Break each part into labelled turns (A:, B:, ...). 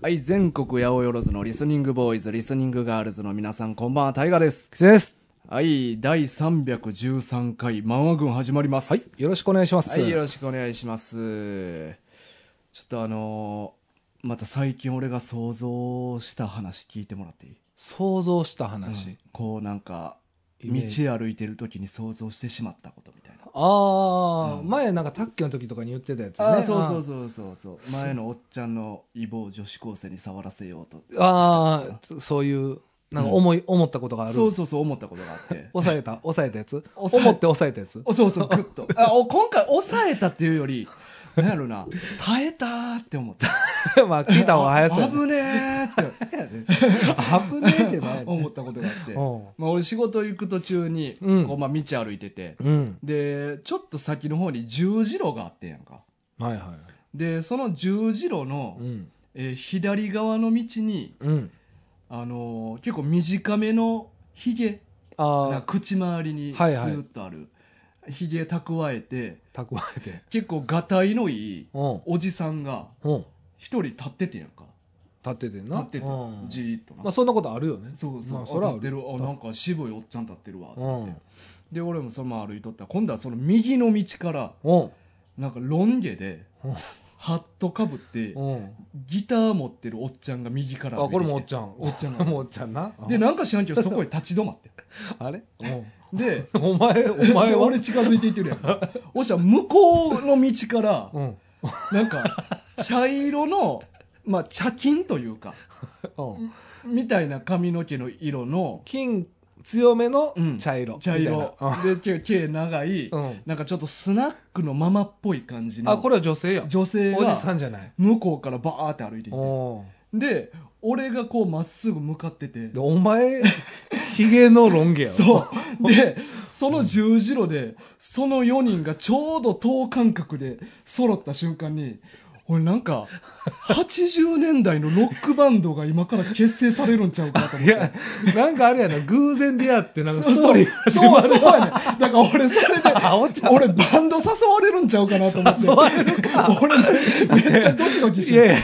A: はい、全国八百万のリスニングボーイズ、リスニングガールズの皆さん、こんばんは、タイガです。
B: キツネです。
A: はい、第313回、漫画軍始まります。
B: はい。よろしくお願いします。
A: はい、よろしくお願いします。ちょっとあのーまた最近俺が想像した話聞いてもらっていい、
B: 想像した話。
A: うんこうなんか、
B: イ
A: 道
B: メージ
A: 歩いてる時に想像してしまったことみたいな。
B: ああ、
A: うん
B: 前なんかタッキーの時とかに言ってたやつね。
A: あーそうそう
B: そ
A: そうそうそう前のおっちゃんの異貌女子高生に触らせようと
B: う。ああ、そそういう、なんか思い、思ったことがある。
A: そうそうそう思ったことがあって
B: 抑えた抑えたやつ
A: 抑え
B: 思って抑えたやつ
A: おそうそう、グッと。あ、お今回抑えたっていうより、なんやろな、耐えたーって思った。
B: まあ、聞いた方が早そうや
A: あ危ねーっ
B: ね。危ねえってな
A: て
B: い。
A: 思ったことがあって。
B: うん
A: まあ、俺仕事行く途中に、
B: うん
A: こうまあ、道歩いてて、
B: うん。
A: で、ちょっと先の方に十字路があってんやんか。
B: はいは
A: で、その十字路の、
B: い。うん。
A: えー左側の道に、
B: うん。
A: あのー結構短めのヒゲが
B: あ
A: 口周りにス
B: はいはい
A: ーッとある、ヒゲ蓄えて、
B: あ、蓄えて。
A: 結構がたいのいい
B: うん。
A: おじさんが、
B: うん。
A: 一人立っててんやんか
B: 立っててんな。
A: 立ってて
B: うん
A: じーっとな、
B: まあ、そんなことあるよね。
A: そうそう、
B: まあ、
A: あ
B: そらあ
A: 立って
B: る。
A: るあなんか渋いおっちゃん立ってるわと
B: う
A: 思っ
B: ん。
A: て、
B: うん。
A: で俺もそのまま歩いとったら今度はその右の道からなんかロン毛で
B: うん
A: ハットかぶって
B: うん。
A: ギター持ってるおっちゃんが右から
B: あ、
A: 歩いて
B: こ
A: きて
B: れもおっちゃん。
A: おっちゃん
B: も
A: が
B: うおっちゃんな。
A: でなんか知らんけどそこへ立ち止まって
B: あれ
A: で
B: お前、お前
A: で
B: は
A: 俺近づいていってるやんかおっしゃ向こうの道から
B: うん。うん。
A: なんか茶色のまあ茶金というかみたいな髪の毛の色の
B: 金、強めの
A: うん
B: 茶色。
A: 茶色
B: みたいな
A: で毛毛長い、
B: うんうん。
A: なんかちょっとスナックのママっぽい感じの
B: あ、これは女性や。
A: 女性
B: おじさ
A: が
B: んじゃない。
A: 向こうからバーって歩いてきて
B: お
A: で俺がこうまっすぐ向かってて
B: でお前、ヒゲのロン毛やろ。
A: そう でその十字路でその4人がちょうど等間隔で揃った瞬間に俺なんか80年代のロックバンドが今から結成されるんちゃうかと思っ
B: い
A: て
B: や、なんかあれやな、偶然出会って、なんか
A: そう
B: ス
A: そ
B: トー
A: う
B: リー始ま
A: そう
B: る。
A: そうやねんだから俺それで
B: あ、おっちゃん。
A: 俺バンド誘われるんちゃうかなと思って
B: 誘われるか。
A: 俺めっちゃドキドキし
B: いやい
A: て
B: や。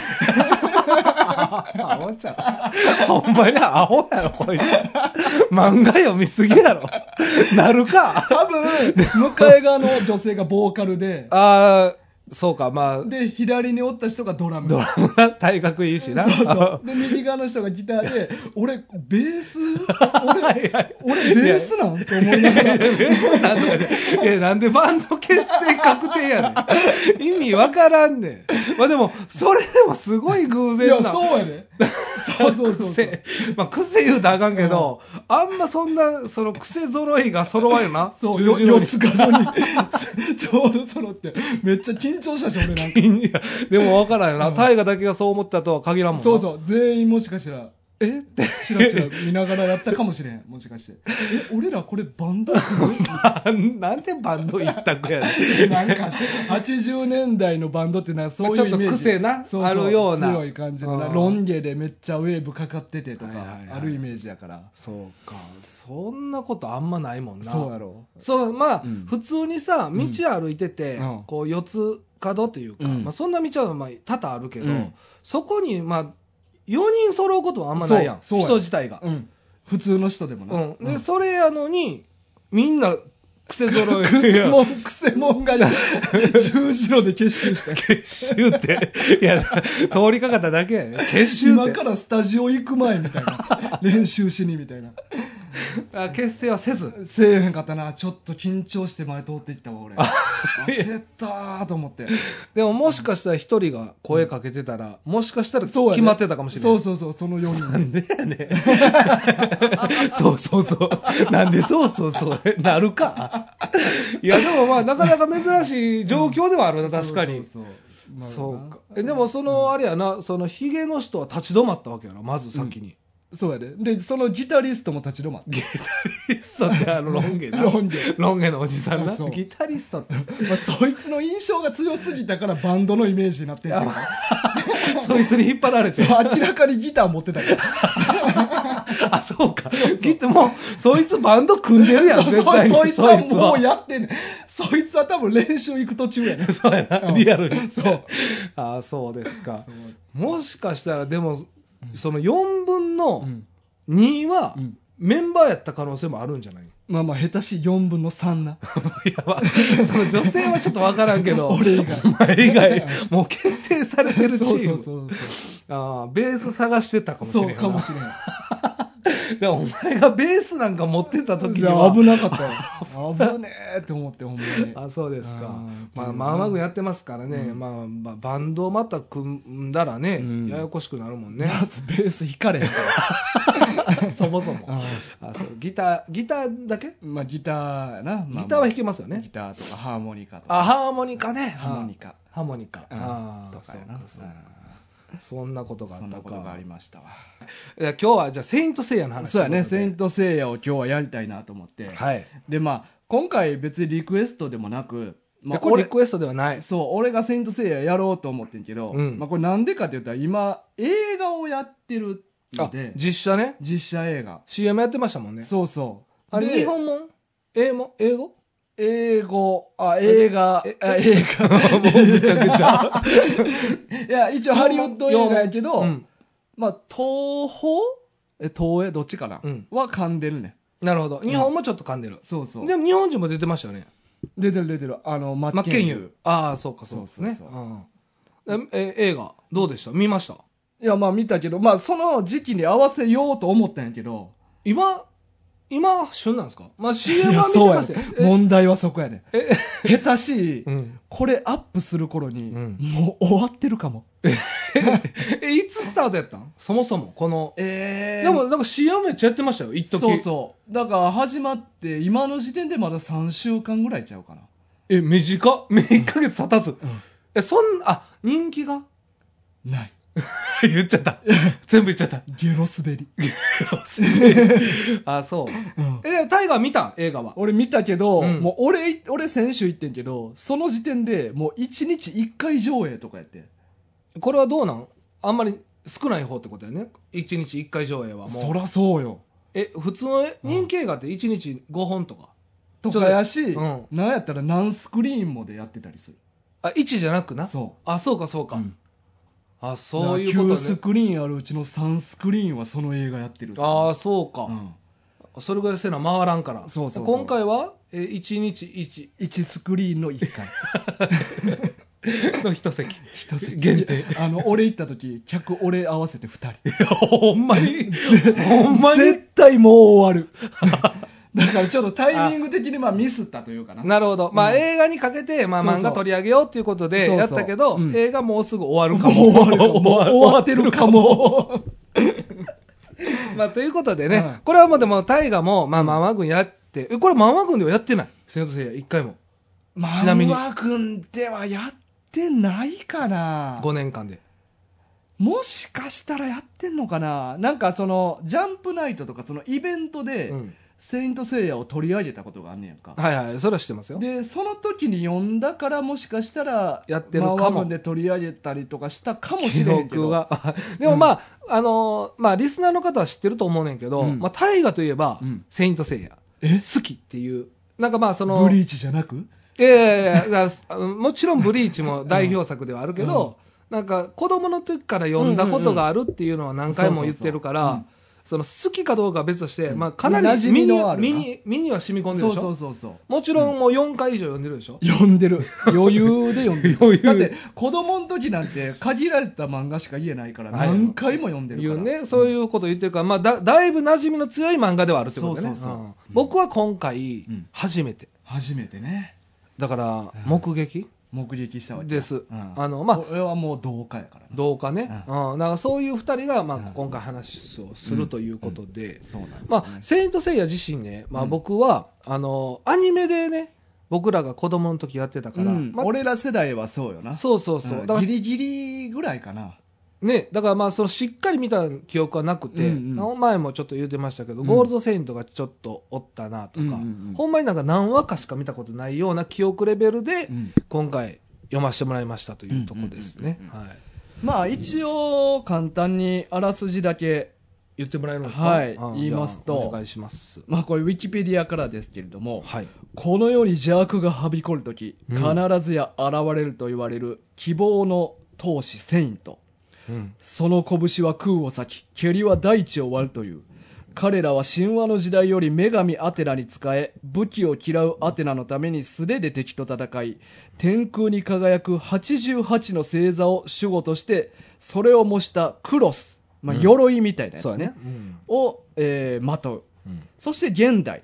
B: アホちゃう。ほんまにアホやろ、こいつ。漫画読みすぎやろ。なるか。
A: 多分向かい側の女性がボーカルで
B: ああ、そうか、まあ、
A: で左におった人がドラム
B: ドラム な、体格いいしな。
A: そう そうで右側の人がギターで俺ベース俺俺ベースなんって思いながら
B: なんとかねいや、なんでバンド結成確定やね ん。意味わからんねん。まあでも、それでもすごい偶
A: い
B: 然
A: や
B: な。
A: そうやねそうそうそうそう
B: 癖。まあ、癖言うたらあかんけど、あんまそんな、その癖揃いが揃わんよな。
A: そう
B: 十
A: よ
B: 字路
A: 四
B: に
A: つ角に つちょうど揃ってめっちゃ緊張したし俺なんか
B: いやでも分からんよな。大河だけがそう思ったとは限らんもんな。
A: そうそう全員もしかしたら
B: えって。
A: チラチラ見ながらやったかもしれんもしかしてえ俺らこれバンド組む
B: なんなんでバンド一択やねん。
A: なん か、80年代のバンドってな、そういうイメージ。
B: ちょっと癖なあるような
A: 強い感じのな、
B: うん
A: ロン毛でめっちゃウェーブかかっててと
B: はいは
A: か
B: い、はい
A: あるイメージやから。
B: そうか。そんなことあんまないもんな。
A: そうやろ。
B: そう、まあ、
A: うん
B: 普通にさ、道歩いてて、
A: うん
B: こう、四つ角というか、
A: うん
B: まあ、そんな道は、まあ、多々あるけど、
A: うん
B: そこに、まあ、4人揃うことはあんまないやん。
A: そうそうや
B: 人自体が。
A: うん。普通の人でも
B: う
A: な。
B: ん。で、それやのに、みんな、癖 揃い。
A: 癖もん、癖もんが、十字路で結集して。
B: 結集って。いや、通りかかっただけやね。 結集っ
A: 今
B: て
A: からスタジオ行く前みたいな。練習しにみたいな。
B: あ。結成はせず。
A: せえへんかったな。ちょっと緊張して前通っていったわ、俺。焦ったーと思って。
B: でももしかしたら一人が声かけてたら、もしかしたら決
A: そうやね
B: まってたかもしれない。
A: そうそうそう、その4人。
B: なんでやねんそうそうそう。なんでそうそうそう。なるか。いや、でもまあ、なかなか珍しい状況ではあるな、確かに。
A: そうそう
B: そ
A: そう
B: うか。えでも、その、あれやな、その、ヒゲの人は立ち止まったわけやな、まず先に。
A: そうやで。で、そのギタリストも立ち止まって。
B: ギタリストって、あ の、ロ ン毛な。
A: ロン毛
B: ロン毛のおじさんな。
A: そう
B: ギタリス トって。
A: まあ、そいつの印象が強すぎたからバンドのイメージになってんだけど
B: そいつに引っ張られて。
A: 明らかにギター持ってたから。
B: あ、そうか。きっともう、そいつバンド組んでるやん、
A: そう
B: 絶
A: そ
B: 対
A: う
B: に。
A: そいつはもうやってんねんそいつは多分練習行く途中やねん
B: そうやな、
A: うん
B: リアルに。
A: そう。
B: ああ、そうですか。もしかしたら、でも、その4分
A: う
B: の
A: ん
B: 2は
A: う、ん
B: メンバーやった可能性もあるんじゃない
A: まあまあ下手し4分の3な
B: やば。その女性はちょっとわからんけど、
A: 俺以外
B: お前以外、もう結成されてるチ
A: そう
B: ー
A: そう
B: ム。
A: そう
B: ああ、ベース探してたかもし
A: そ
B: れ
A: う
B: ない。
A: かもしれん
B: でもお前がベースなんか持ってた時に
A: じゃあ
B: は
A: 危なかったよ 危ねえって思ってほんまに
B: あそうです
A: あ
B: か
A: ー
B: ま
A: と
B: あ
A: いう
B: まあまあやってますからね、
A: うん
B: まあ、まあバンドをまた組んだらね、
A: うん
B: ややこしくなるも んね
A: まずベース弾かれへんから
B: そもそも
A: あ
B: あそうギターギターだけ
A: ーまあギターやな、まあまあ
B: ギターは弾けますよ
A: ギ
B: ね
A: ターとかハーモニカとか
B: あハーモニカね
A: ハーモニカ
B: あハーモニカ、
A: うん
B: あ
A: と
B: あそ
A: か
B: う
A: やな
B: かそうかそんなことがあ
A: そ
B: っ
A: んな
B: た
A: ことがあ
B: か
A: りましたわ
B: いや今日はじゃあ「セイント・セイヤ」の話
A: そうやね「
B: とい
A: セイ
B: う
A: ン
B: こ
A: ト・セイヤ」を今日はやりたいなと思って、
B: とではい
A: でまあ今回別にリクエストでもなく、まあ、
B: でこれ
A: 俺
B: リクエストではない
A: そう俺が「セイント・セイヤ」やろうと思ってんけど、
B: うん
A: まあ、これなんでかって言ったら今映画をやってるの
B: あ
A: で
B: 実写ね
A: 実写映画
B: CM やってましたもんね
A: そうそう
B: あれ
A: で
B: 日本もん英も 英語
A: 英語あ映画
B: え
A: あ映画
B: もうめちゃくち ゃ。
A: いや一応ハリウッド映画やけど、
B: うん。
A: まあ東宝え東映どっちかな、
B: うん
A: は噛んでるね
B: なるほど。日本もちょっと噛んでる。
A: そうそう
B: でも日本人も出てましたよね。
A: 出てる出てるあのマ
B: マ
A: ッ
B: ッ
A: ケ
B: ケ
A: ン
B: ン
A: ユ
B: ユ
A: ー
B: ー。ああ、そうかそうですね。
A: そうそう
B: うんええ映画、どうでした見ました
A: いやまあ見たけどまあその時期に合わせようと思ったんやけど
B: 今、今、旬なんですかまあ CM
A: いや
B: は見て
A: そうや
B: ましたよ
A: ね。問題はそこやね
B: え
A: 下手しい
B: うん
A: これアップする頃に
B: うん
A: もう終わってるかも
B: え、いつスタートやったんそもそも、この。
A: え
B: でもなんか CM めっちゃやってましたよ、一時
A: そうそうだから始まって今の時点でまだ3週間ぐらいちゃうかな
B: え、短っ。1ヶ月経たず。え、そん、あ、人気 が
A: ない
B: 言っちゃった。 全部言っちゃ った。
A: ゲロ滑り、
B: あ、そう。え、でもタイガー見た映画は。
A: 俺見たけど、
B: うん
A: もう俺俺先週行ってんけどその時点でもう1日1回上映とかやって
B: これはどうなんあんまり少ない方ってことやね1日1回上映はも
A: そうらそうよ
B: え普通の人気映画って1日5本とか、
A: とかやし、
B: うん
A: なんやったら何スクリーンもでやってたりする
B: あ1じゃなくな
A: そ
B: あそうかそうか、
A: う、
B: あそういう
A: だから9
B: こと
A: ス
B: ね
A: クリーンあるうちの3スクリーンはその映画やってる
B: あ
A: あ
B: あそうか
A: う、ん、
B: それぐらいせな回らんから
A: そうそうそう
B: 今回はえ1日1
A: 1スクリーンの1回
B: の 一席
A: 一席
B: 限定
A: あの俺行った時客俺合わせて2人
B: ほんまにほんまに
A: 絶対もう終わる だからちょっとタイミング的にまあミスったというかな
B: なるほど、まあ
A: うん
B: 映画にかけて、まあ、
A: そうそう
B: 漫画取り上げようということ
A: そ
B: で
A: うそう
B: やったけど
A: うん
B: 映画もうすぐ終わるか
A: も
B: も
A: う終わるかももう終わってるかも
B: まあ、ということでね、
A: はい
B: これはもうでも、大河も、まあ、ママ軍やって、え、これママ軍ではやってない。千と千尋一回も。
A: ち
B: ちなみに
A: マンマ君ではやってないかな
B: 5年間で。
A: もしかしたらやってんのかななんかそのジャンプナイトとかそのイベントで、
B: うん。
A: セイント・セイヤを取り上げたことがあんねやんか。
B: はいはい、それは知ってますよ。
A: で、その時に読んだからもしかしたら、
B: やってる
A: マ
B: かも
A: ンワー文で取り上げたりとかしたかも
B: 記
A: しれんけ
B: 録
A: ど。
B: が。でもまあ、あのーまあ、リスナーの方は知ってると思うねんけど、
A: うん
B: まあ、大河といえば、
A: うん
B: セイントセイヤ。
A: え
B: 好きっていう。なんかまあ、その、
A: ブリーチじゃなく
B: いやいやいやだからすあのもちろんブリーチも代表作ではあるけど、なんか子供の時から読んだことがあるっていうのは何回も言ってるか
A: うんうんうん
B: ら、その好きかどうかは別として、
A: うん
B: まあかな
A: 馴
B: り
A: 染
B: 身
A: み
B: に
A: のあるな
B: 身に身には染み込んでる
A: そう
B: でしょ
A: そうそうそう。
B: もちろんもう4回以上読んでるでしょ、
A: 読んでる。余裕で読んでる。
B: 余裕
A: だって、子供の時なんて限られた漫画しか言えないから、
B: はい
A: 何回も読んで
B: い
A: るから。
B: うね、そういうこと言ってるから、まあ、だだいぶ馴染みの強い漫画ではあるってことね
A: そうそうそう
B: うん僕は今回
A: うん
B: 初めて、
A: 初めてね、
B: だから目撃
A: 目撃したわけだ
B: です、
A: うん
B: あのまあ
A: これはもう同化やからな。
B: どうかね、
A: う
B: うん、だからそういう2人が、まあ
A: ん、
B: 今回話をするということで、
A: そうなんですね
B: まあ、セイント・セイヤ自身ね、まあ、
A: うん
B: 僕は、あの、アニメでね、僕らが子供の時やってたから、
A: うん
B: まあ
A: 俺ら世代はそうよな。
B: そうそうそう、
A: ん
B: だか
A: ギ
B: ら
A: リギリぐらいかな。
B: ね、だからまあ、そのしっかり見た記憶はなくて、
A: うんう
B: 前もちょっと言ってましたけど、
A: うん
B: ゴールド・セイントがちょっとおったなとか、
A: うんうんうん
B: ほんまになんか何話かしか見たことないような記憶レベルで、
A: うん
B: 今回読ませてもらいましたというところですね。はい
A: まあ一応簡単にあらすじだけ
B: 言ってもらえるんですか
A: はい
B: あ
A: 言いますと
B: じゃあお願いします。
A: まあこれウィキペディアからですけれども、
B: はい。
A: この世に邪悪がはびこるとき、
B: う
A: 必
B: ん
A: ずや現れると言われる希望の闘志セイント。
B: うん。
A: その拳は空を裂き、蹴りは大地を割るという。彼らは神話の時代より女神アテナに仕え、武器を嫌うアテナのために素手で敵と戦い、天空に輝く88の星座を守護として、それを模したクロス、まあ、
B: うん
A: 鎧みたいなやつ
B: そう
A: ね、
B: だね。うん。
A: を、えーまとう。
B: うん
A: そして現代、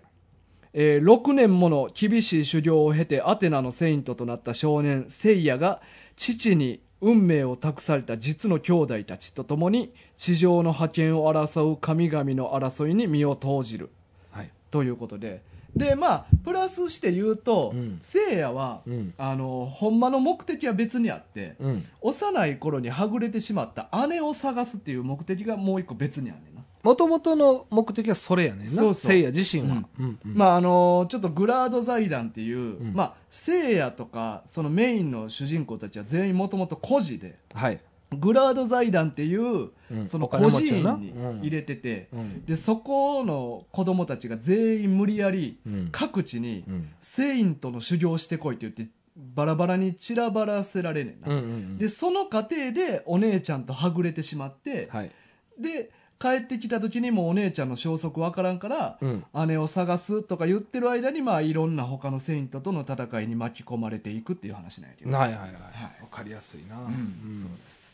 A: えー6年もの厳しい修行を経てアテナのセイントとなった少年セイヤが父に運命を託された実の兄弟たちと共に地上の覇権を争う神々の争いに身を投じる
B: はい。
A: ということででまあプラスして言うと、
B: うん
A: セイヤは、
B: うん。
A: あのほんまの目的は別にあって
B: うん。
A: 幼い頃にはぐれてしまった姉を探すっていう目的がもう一個別にあんねんな。
B: もともとの目的はそれやねんな。
A: そうそう
B: 聖夜自身は。うん。うん
A: まああのちょっとグラード財団っていう、
B: うん
A: まあ聖夜とかそのメインの主人公たちは全員もともと孤児で
B: はい。
A: グラード財団っていう、
B: うん
A: その
B: お金
A: 孤
B: 持
A: 児
B: ちやな
A: 院に入れてて、
B: うん。
A: でそこの子供たちが全員無理やり
B: うん
A: 各地に
B: うん。
A: セイントの修行してこいって言ってバラバラに散らばらせられねんな、
B: うんうん。
A: でその過程でお姉ちゃんとはぐれてしまって、
B: はい。
A: で帰ってきた時にもうお姉ちゃんの消息わからんから、
B: うん。
A: 姉を探すとか言ってる間に、まあ、いろんな他のセイントとの戦いに巻き込まれていくっていう話なんやけど、
B: はいはいはい。わ
A: い
B: かりやすいな。
A: う
B: うん
A: そうんです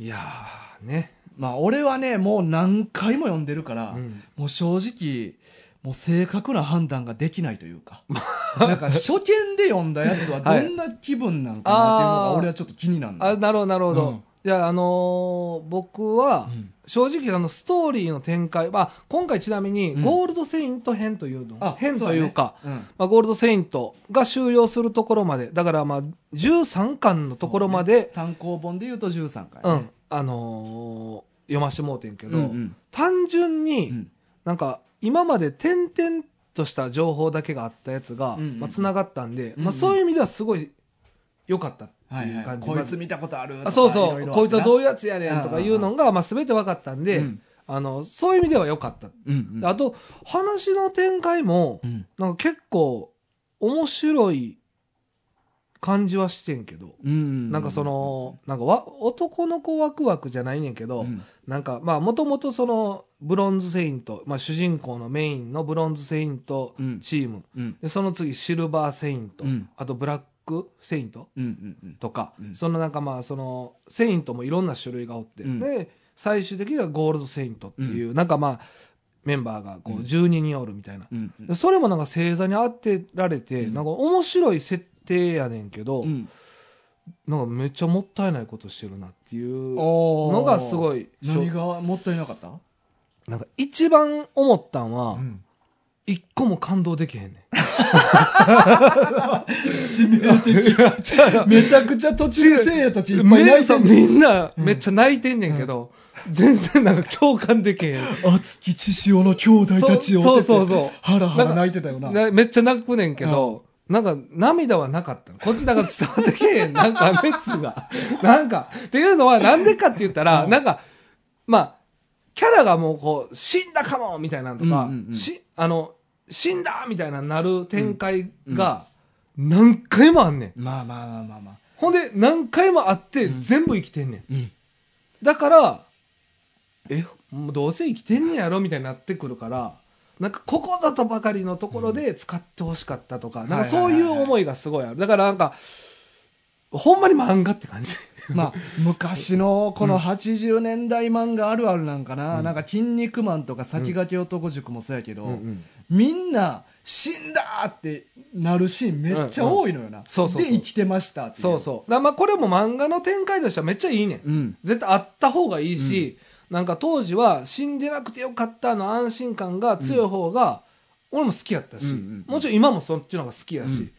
B: いやーね。
A: まあ俺はねもう何回も読んでるから、
B: うん
A: もう正直もう正確な判断ができないという かなんか初見で読んだやつはどんな気分なんかなっていうのが
B: はい
A: 俺はちょっと気になるんだ
B: あ、なるほど、なるほ
A: う
B: ど
A: ん。
B: じゃあ、あのー僕は
A: うん、
B: 正直、あの、ストーリーの展開、まあ、今回ちなみに、
A: うん
B: ゴールドセイント編というの、編というか、
A: そうやね
B: まあ、ゴールドセイントが終了するところまで、だから、まあ、13巻
A: うん
B: のところまで、
A: 単行本で言うと13回、
B: う
A: ね
B: ん、あのー読ましてもうてんけど、
A: うん
B: 単純に、
A: うんうん
B: なんか、今まで点々とした情報だけがあったやつが、
A: うんうん
B: まあ、繋がったん
A: う
B: で、
A: んうん
B: まあ、そういう意味ではすごい良かったって
A: はい
B: い
A: は
B: う
A: い
B: 感じ、
A: こ
B: ま
A: いつ
B: ず
A: 見たことあるとか
B: あそう
A: い
B: そ、
A: ろいうろ
B: こいつは
A: あ
B: ど
A: っ
B: ういうやつやねんとかいうのが、まあ、全て分かったんで、
A: うん
B: あの、そういう意味では良かった。
A: てなうんうん
B: あと、話の展開も
A: う、ん
B: なんか結構、面白い感じはしてんけど、
A: うん
B: なんかそ、の、なんかわ男の子ワクワクじゃないねんけど、
A: うん
B: なんかまあもともとそのブロンズセイント、まあ主人公のメインのブロンズセイント
A: うん
B: チーム、
A: うん
B: でその次シルバーセイント、
A: うん
B: あとブラックセイント
A: うんうん
B: とか、
A: うん
B: そのなんかまあそのセイントもいろんな種類がおって、
A: うん
B: で最終的にはゴールドセイントっていう、なんかまあメンバーがこう12人おるみたいな、
A: うんうん
B: でそれもなんか星座に当てられて、
A: うん
B: なんか面白い設定やねんけど、
A: うん
B: なんかめっちゃもったいないことしてるなっていうの
A: の
B: がすごい
A: 何がもったいなかった
B: なんか一番思ったんは、
A: うん
B: 一個も感動できへんね ん。
A: 致命的めちゃくちゃ途中生やたちいっぱい泣いてんねん
B: みんなめっちゃ泣いてんねんけど、全然なんか共感できへん。
A: 熱き千潮の兄弟たちを
B: そ
A: 追っ
B: う
A: てて
B: そうそう
A: ハラハラ泣いてたよな
B: なめっちゃ泣くねんけど、なんか涙はなかったの。こっちなんか伝わってけえへん。なんか熱が。 なんか、っていうのはなんでかって言ったら、
A: うん
B: なんか、まあ、キャラがもうこう、死んだかもみたいなのとか、
A: うんうんうん
B: し、あの、死んだみたいななる展開が、何回もあんねん。
A: まあまあまあまあまあ
B: ほんで、何回もあって、
A: うん
B: 全部生きてんねん。
A: うん
B: だから、え、もうどうせ生きてんねやろみたいになってくるから、なんかここだとばかりのところで使ってほしかったとか、なんかそういう思いがすごいある。だからなんか、ほんまに漫画って感じ。
A: まあ、昔のこの80年代漫画あるあるなんかな、なんか、筋肉マンとか、先駆け男塾もそうやけど、みんな、死んだってなるシーンめっちゃ多いのよな。
B: そうそうそう
A: で、生きてましたっていう。
B: そうそう。だからまあこれも漫画の展開としてはめっちゃいいねん。
A: うん。
B: 絶対あった方がいいし、なんか当時は死んでなくてよかったの安心感が強い方が、俺も好きやったし、
A: うんうんうん
B: もちろん今もそっちの方が好きやし、
A: うん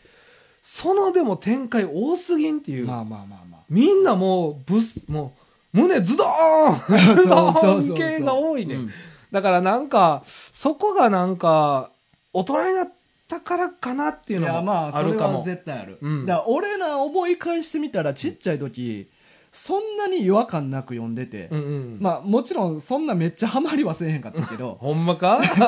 B: そのでも展開多すぎんっていう、
A: まあまあまあまあ。
B: みんなもうブスもう胸ズドーンズドーン系が多い ね、
A: うん
B: だからなんかそこがなんか大人になったからかなっていう
A: い
B: の
A: やまあ
B: もあ
A: それ
B: るか
A: は
B: も
A: 絶対ある、
B: うん
A: だから俺ら思い返してみたらちっちゃい時そんなに違和感なく読んでて、
B: うんうん
A: まあもちろんそんなめっちゃハマりはせえへんかったけ ど
B: ほんまか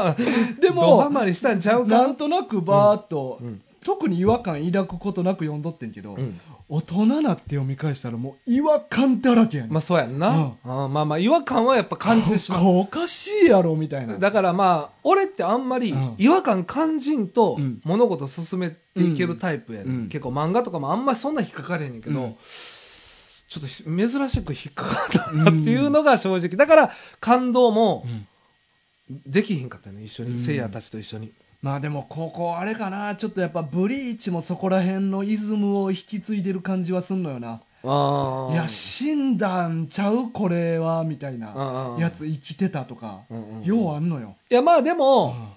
A: で
B: ド
A: も
B: ハマりしたんちゃう
A: な
B: か
A: んとなくバーっと、
B: うん
A: 特に違和感抱くことなく読んどってんけど、
B: うん
A: 大人なって読み返したらもう違和感だらけやねん、
B: まあそうやんな、あーまあまあ違和感はやっぱ感じてしまう
A: おかしいやろみたいな
B: だからまあ俺ってあんまり
A: うん
B: 違和感感じんと
A: うん
B: 物事進めていけるタイプやね、
A: うん
B: 結構漫画とかもあんまりそんな引っかかれへんねんけど、
A: うん
B: ちょっとひ珍しく引っかかったなっていうのが正直だから感動も
A: うん
B: できひんかったよね一緒に、
A: うん
B: せいやたちと一緒に
A: まあでもここあれかなちょっとやっぱブリーチもそこら辺のイズムを引き継いでる感じはすんのよな
B: あ
A: いや死んだんちゃうこれはみたいなやつ生きてたとか
B: うんうんうん
A: ようあんのよ
B: いやまあで
A: う
B: も、
A: ん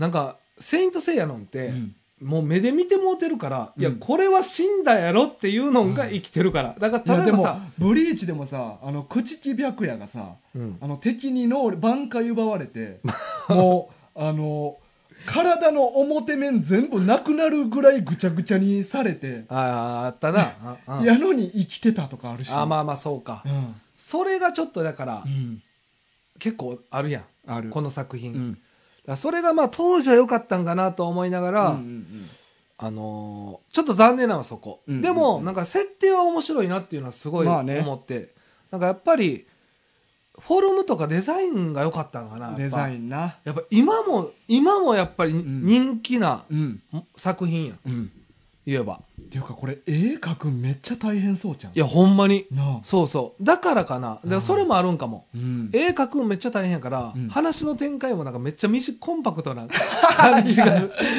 B: なんか「セイント・セイヤ」なんて、
A: うん
B: もう目で見てもうてるから、いや
A: うん
B: これは死んだやろっていうのが生きてるから、だか
A: いや
B: ら
A: で
B: 例えば
A: も
B: さ、
A: ブリーチでもさあの朽木白夜がさ
B: うん
A: あの敵に能力挽回奪われ てもうあの体の表面全部なくなるぐらいぐちゃぐちゃにされて
B: あああっ たなあうん
A: やのに生きてたとかあるし
B: あまあまあそうか、
A: うん
B: それがちょっとだから、
A: うん
B: 結構あるやん
A: ある
B: この作品、
A: う
B: だか
A: ん
B: らそれがまあ当時は良かったんかなと思いながら、
A: うんうんうん
B: あのーちょっと残念なのはそこ、
A: うん
B: で
A: うん
B: も
A: うん
B: なんか設定は面白いなっていうのはすごい
A: ま
B: 思
A: あ
B: って、
A: ね
B: なんかやっぱりフォルムとかデザインが良かったんかなやっぱ
A: デザインな
B: やっぱ今も今もやっぱり
A: ん
B: 人気な
A: うん
B: 作品やん
A: うん
B: 言えば
A: っていうかこれ絵描くんめっちゃ大変そうじゃん
B: いやほんまに
A: なあ
B: そうそうだからかなだからそれもあるんかも、
A: うん
B: 絵描くのめっちゃ大変やから、
A: うん
B: 話の展開もなんかめっちゃ短コンパクトな感じが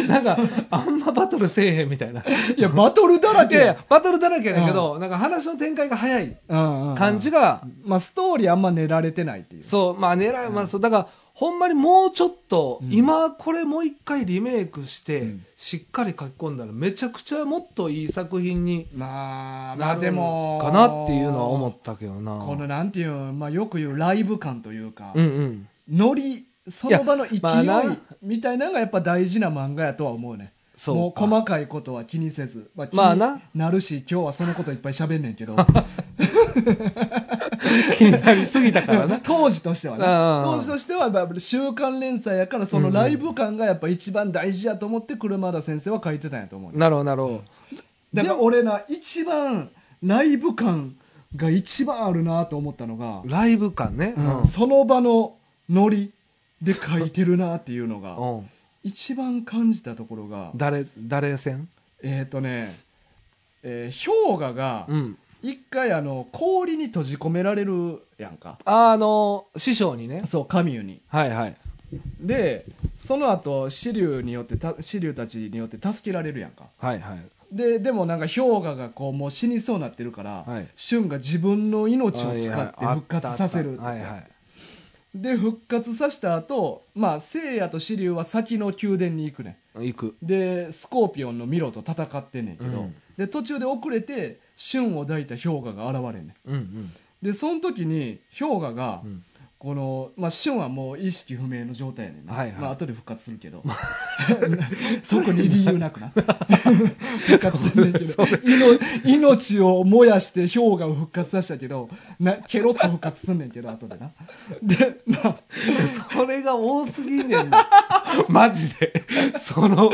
B: なんかあんまバトルせえへんみたいない
A: やバトルだら
B: いやい
A: け
B: やバトルだらけやねんけど、なんか話の展開が早い感
A: 感
B: じが、
A: まあストーリーあんま練られてないっていう
B: そうまあ狙い、まあそうだからほんまにもうちょっと、
A: うん
B: 今これもう一回リメイクして、
A: うん
B: しっかり書き込んだらめちゃくちゃもっといい作品に
A: まあま
B: な
A: あ
B: る
A: でも
B: かなっていうのは思ったけどな
A: このなんていうまあよく言うライブ感というか
B: う んうん
A: ノリその場の勢い
B: まあな
A: みたいなのがやっぱ大事な漫画やとは思うね
B: そう
A: もう細かいことは気にせずまあ気
B: まあな
A: になるし今日はそのこといっぱい喋んねんけ ど
B: 気になりすぎたからな
A: 当時としてはね
B: ああ
A: 当時としてはまあ週刊連載やからそのライブ感がやっぱ一番大事やと思って車田先生は書いてたんやと思うね
B: なるほどなるほど
A: だから俺な一番ライブ感が一番あるなと思ったのが、
B: ライブ感ね。
A: うんその場のノリで書いてるなっていうのが
B: うん。うん
A: 一番感じたところが
B: 誰、誰戦
A: えっ、とね、えー氷河が
B: うん。
A: 一回あの氷に閉じ込められるやんか
B: あの、師匠にね。
A: そうカミュに
B: はいはい。
A: でその後支流によってた支流たちによって助けられるやんか
B: はいはい。
A: ででもなんか氷河がこうもう死にそうなってるから、
B: はい
A: 俊が自分の命を使って復活させるって
B: はいはい。
A: で復活させた後まあ聖夜と紫龍は先の宮殿に行くね
B: 行く。
A: んでスコーピオンのミロと戦ってんねんけど、
B: うん
A: で途中で遅れて俊を抱いた氷河が現れんね
B: うん うん。
A: んでその時に氷河が、
B: うん
A: この、まあ、俊はもう意識不明の状態やねんな、
B: はいはい
A: まあ後で復活するけど そこに理由なく な復活するねんけど命命を燃やして氷河を復活させたけどなケロッと復活すんねんけど後でなでまあ
B: それが多すぎんねんな。 マジで。その、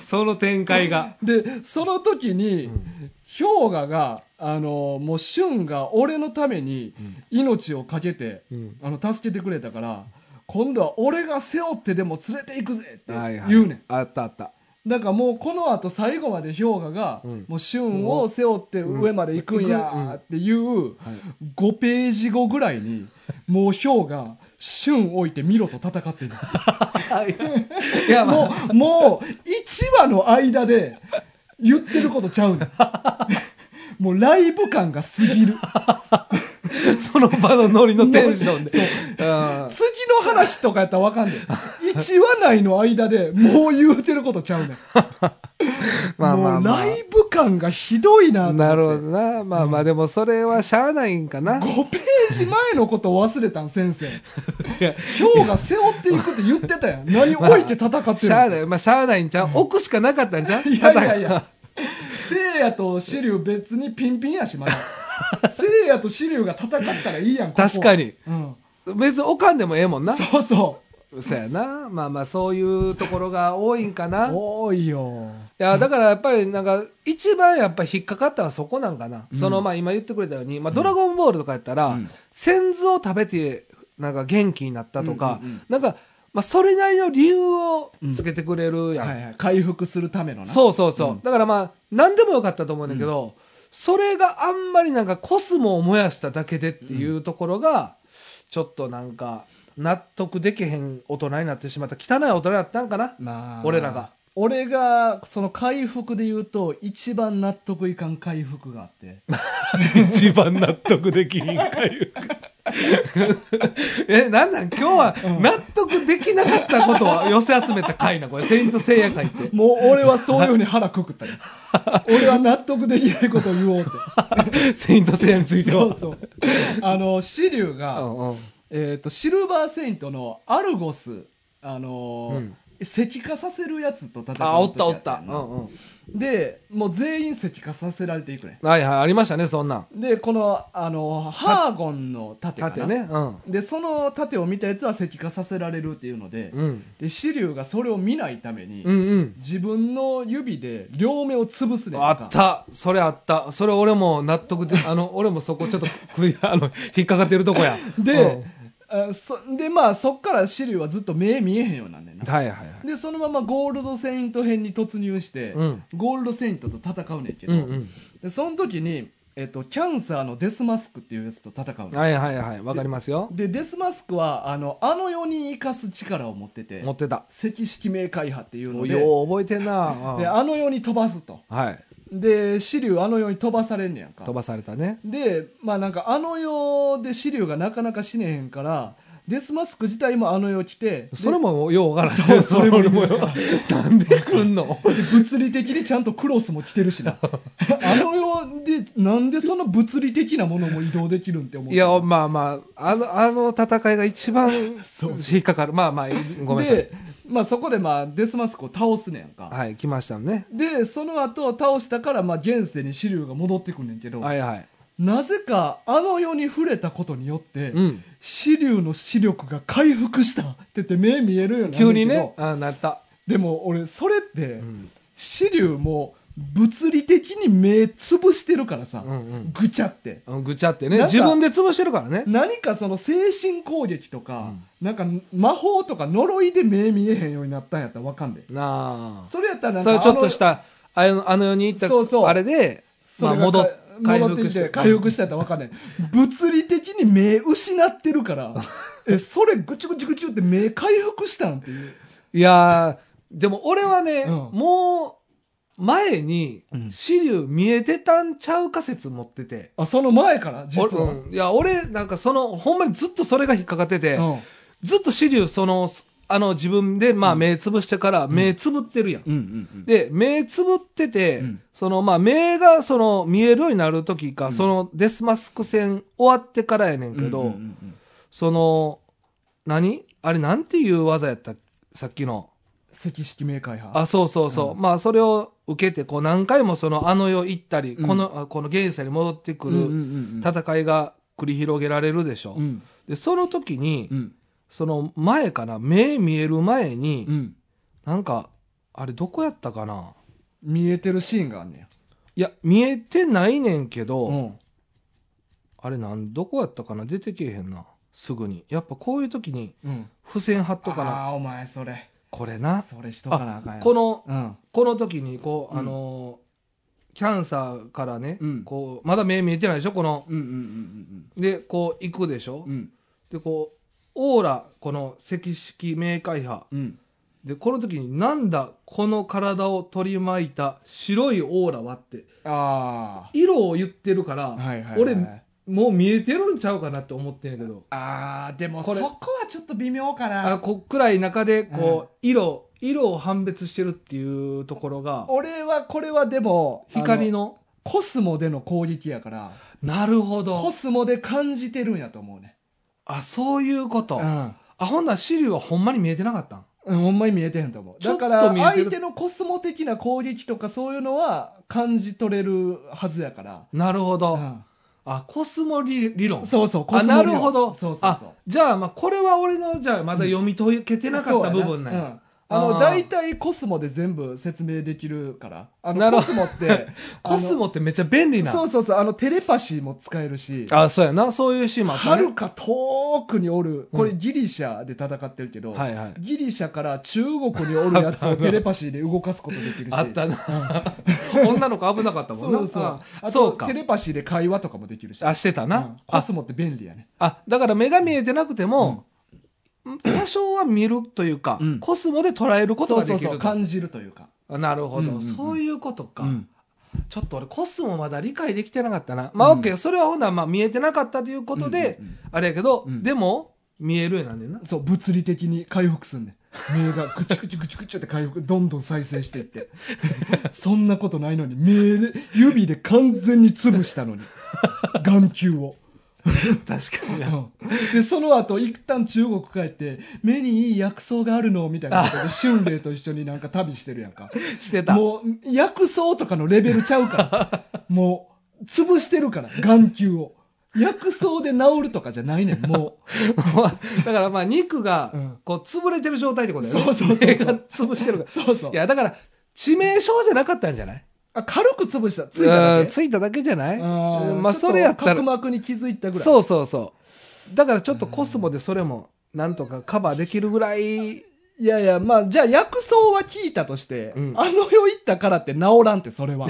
B: その展開が。
A: でその時に、
B: ん
A: 氷河があのもう俊が俺のために命を懸けて、
B: うん
A: あの助けてくれたから今度は俺が背負ってでも連れて行くぜって言うねん、
B: あったあった。
A: だからもうこのあと最後まで氷河が、
B: うん
A: もう俊を背負って上まで行くんやっていう5ページ後ぐらいにもう氷河俊置いてミロと戦ってる。
B: いや、も
A: もう、もう、1話の間で言ってることちゃうねん。もうライブ感がすぎる。
B: う、その場のノリのテンションで。うん
A: 次の話とかやったらわかんねん。1話内の間でもう言うてることちゃうねん。
B: まあまあま
A: も
B: あ
A: うライブ感がひどいなと思って。
B: なるほどな。まあまあ、でもそれはしゃあないんかな。
A: 5ページ前のこと忘れたん、先生。
B: いや
A: 今日が背負っていくって言ってたやん。何置いて戦ってるの
B: しゃあない、まあ、しゃあないんちゃう置くしか なかったんちゃう
A: いやいやいや。せいやとシリュウ別にピンピンやし、まだ。 せいやとシリュウが戦ったらいいやん、ここ
B: 確か。に。
A: うん。
B: 別におかんでもええもんな。
A: そうそ
B: そうやな。まあまあ、そういうところが多いんかな。
A: う。
B: い
A: 多いよ。
B: や、だからやっぱりなんか、一番やっぱ引っかかったのはそこなんかな。
A: うん
B: その、まあ今言ってくれたように、まあドラゴンボールとかやったら、
A: うん
B: 先頭を食べて、なんか元気になったとか、
A: うんうんうん
B: なんか、まあそれなりの理由をつけてくれるやん。
A: はいはい。回復するためのな。
B: そうそうそう。
A: うん
B: だからまあ、何でもよかったと思うんだけど、それがあんまりなんかコスモを燃やしただけでっていうところが、ちょっとなんか、納得できへん大人になってしまった。汚い大人だったんかな
A: まあ。
B: 俺らが。
A: 俺が、その回復で言うと、一番納得いかん回復があって。
B: 一番納得できひんか いう。え、なんなん今日は納得できなかったことを寄せ集めた回な、これ。セイント聖夜会って。
A: もう俺はそういうふうに腹くくったよ。俺は納得できないことを言おうって。
B: セイント聖夜については。
A: そうそう。あの、シリュウが、
B: うんうん
A: えっ、と、シルバーセイントのアルゴス、あのー
B: うん
A: 石化させるやつと戦う時
B: あ、おったお
A: や
B: った。
A: ん
B: う
A: なん
B: うん。
A: で、もう全員石化させられていくね。
B: はいはい、ありましたね、そんなん。
A: で、この、あのーハーゴンの盾かな。
B: 縦ね。うん。
A: で、その盾を見たやつは石化させられるっていうので、
B: うん。
A: で、シリュウがそれを見ないために、
B: うんうん。
A: 自分の指で両目を潰すねん
B: あっ
A: か。
B: た。それあった。それ俺も納得 で、あの、俺もそこちょっとクリ ア、あの、引っかかってるとこや。
A: で、あそで、まあ、そっからシリュウはずっと目見えへんようになんねん
B: うん
A: な。
B: はいはいはい。
A: でそのままゴールドセイント編に突入して、
B: うん
A: ゴールドセイントと戦うねんけど、
B: うん
A: でその時に、えっとキャンサーのデスマスクっていうやつと戦う
B: うん。
A: の
B: はいはいはい。わかりますよ。
A: でデスマスクはあのあの世に生かす力を持ってて
B: 持ってた。
A: 赤色明開派っていうの
B: よ
A: で
B: う覚えてんな。うん
A: であの世に飛ばすと
B: はい。
A: でシリュウあの世に飛ばされんねやんか
B: 飛ばされたね。
A: でまあなんかあの世でシリュウがなかなか死ねへんからデスマスク自体もあの世来てで
B: それもようわからん。
A: そうそれも
B: 俺よ うわからんなんで来んの
A: で物理的にちゃんとクロスも着てるし なあの世でなんでそんな物理的なものも移動できるんって思う
B: いや、まあまあ、あの、あの戦いが一番
A: そう
B: 引っかかる。まあまあ、ごめんなさい
A: で。、まあ、そこでまあデスマスクを倒すねやんか、
B: はい、来ましたね。
A: でその後倒したからまあ現世にシリュウが戻ってくんねんけど、
B: はいはい。
A: なぜかあの世に触れたことによって、
B: うん。
A: シリュウの視力が回復したって言って目見えるようにな
B: 急
A: るね
B: に
A: んけど
B: ね、あなった。
A: でも俺それって、
B: うん。
A: シリュウも物理的に目潰してるからさ、
B: うんうん。
A: ぐちゃって
B: あのぐちゃってね。
A: なんか
B: 自分で潰してるからね。
A: 何かその精神攻撃とか、なんか魔法とか呪いで目見えへんようになったんやったらわかんで。
B: なあ。
A: それやったらなん
B: そ
A: かあ
B: れ
A: の、
B: ちょっとした、あのあの世に行った、
A: そうそう
B: あれで、
A: そ
B: まあ、
A: れが
B: 戻っ
A: か、
B: 回
A: 戻って
B: 復
A: き
B: してて。
A: 回復したやったらわかんない。物理的に目失ってる から、え、それぐちゅぐちゅぐちゅって目回復したんっていう。
B: いやー、でも俺はね、
A: うん
B: もう、前に
A: うん、
B: 支流見えてたんちゃうか説持ってて。
A: あ、その前から、実
B: 俺
A: は。
B: うんいや、俺、なんかその、ほんまにずっとそれが引っかかってて、
A: うん。
B: ずっと支流、その、あの、自分で、まあ、目つぶしてから、目つぶってるやん。
A: うんうん
B: で、目つぶってて、
A: うん
B: その、まあ、目が、その、見えるようになるときか、
A: ん
B: その、デスマスク戦終わってからやねん
A: うん。
B: けど、
A: うんうんうん
B: その、何あれ、なんていう技やったさっきの。
A: 赤色明開派。
B: あ、そうそうそう。
A: うん
B: まあ、それを受けて、こう、何回もその、あの世行ったり、
A: うん
B: この、あこの現世に戻ってく
A: うんうんう
B: る
A: んうん。
B: 戦いが繰り広げられるでしょ。
A: うん。
B: で、その時に、
A: うん。
B: その前かな、目見える前に、
A: うん。
B: なんか、あれ、どこやったかな。
A: 見えてるシーンがあんね
B: いや、見えてないねんけ
A: や。
B: ど、
A: うん。
B: あれなん、どこやったかな出てけえへんな。すぐに。やっぱこういう時に
A: うん。
B: 付箋貼っとかな。
A: ああー、お前それ。
B: これな。
A: それしとかなあかんやん
B: この、
A: うん。
B: この時に、こう、
A: うん
B: あのーキャンサーからね、
A: うん
B: こう、まだ目見えてないでしょこの、
A: うんうんうん
B: で、こう、行くでしょ、
A: うんうん。
B: で、こう、オーラ、この赤色明快派。
A: うん。
B: で、この時に、なんだ、この体を取り巻いた白いオーラはって、
A: あ
B: 色を言ってるか
A: あ。
B: ら、
A: はいはい、はい。
B: 俺、もう見えてるんちゃうかなって思ってんやけど、
A: ああ、でもそ
B: これ
A: こはちょっと微妙か
B: あ
A: な。
B: こっくらい中で、こう、色、色を判別してるっていうところが、
A: 俺は、これはでも、
B: 光
A: あの。
B: の、
A: コスモでの攻撃やから、
B: なるほ
A: コ
B: ど。
A: スモで感じてるんやと思うね。
B: あ、そういうこと。
A: うん。
B: あ、ほんならシリウはほんまに見えてなかったん
A: うんほんまに見えてへんと思う。だか
B: ちょっ
A: ら、
B: と見えてる
A: 相手のコスモ的な攻撃とかそういうのは感じ取れるはずやから。
B: なるほど。
A: うん
B: あ、コスモ理理論。
A: そうそう、
B: あ、なるほど。
A: そうそうそう
B: あ。、じゃあ、まあ、これは俺の、じゃあ、まだ読み解けてなかった部分なん
A: そうや
B: や。
A: なうんあ
B: あ
A: の、
B: ー
A: 大体コスモで全部説明できるから。あの、
B: なる
A: コ
B: ほ
A: スモって、 あの
B: コスモってめっちゃ便利な。
A: そうそうそう、あの、テレパシーも使えるし、
B: あ、そうやな。そういうシーンもあった
A: は
B: ね
A: るか遠くにおる、これギリシャで戦ってるけど、
B: はいはい。
A: ギリシャから中国におるや つをテレパシーで動かすことできるし。
B: あったな。 女の子危なかったもんな。
A: そうそう。あ
B: あ
A: と
B: そうか
A: テ。レパシーで会話とかもできるし。
B: あ、してた
A: うん
B: な。
A: コ
B: あ
A: スモって便利やね。
B: あ、だから目が見えてなくても、多少は見るというか
A: うん、
B: コスモで捉えること
A: そ
B: が
A: うそ
B: で
A: う
B: き
A: そう、
B: ると。
A: 感じるというか。
B: あなるほ
A: うんうんう
B: ど。
A: ん
B: そういうことか
A: う。ん
B: ちょっと俺コスモまだ理解できてなかったな。まあ、
A: う
B: オ
A: ん
B: ッケー。それはほんならまあ見えてなかったということで
A: うんうんうん、
B: あれやけど
A: う、ん
B: でも、見えるようになんね んな。
A: そう、物理的に回復すんねん。目がくちゅくちゅくちゅくちゅって回復、どんどん再生していって。そんなことないのに、目で、指で完全に潰したのに。眼球を。
B: 確かにな。
A: うんで、その後、一旦中国帰って、目にいい薬草があるのみたいなことで、春麗と一緒になんか旅してるやんか。
B: してた。
A: もう、薬草とかのレベルちゃうから。もう、潰してるから、眼球を。薬草で治るとかじゃないねん、も
B: だからまあ肉
A: う
B: が
A: ん、
B: こう、潰れてる状態ってことだよね。
A: そうそうそうそう
B: 目が潰してるか
A: う。そうそ
B: ら。
A: う
B: い。や、だから、致命傷じゃなかったんじゃない
A: あ軽く潰した。ついただ
B: うん
A: け。
B: ついただけじゃない
A: うん
B: まあ、
A: ちょと
B: それやったら
A: 角。膜に気づいたぐらい。
B: そうそうそう。だからちょっとコスモでそれも、なんとかカバーできるぐらい、
A: いやいや、まあ、じゃあ薬草は効いたとして、
B: うん
A: あの世行ったからって治らんって、そ れは。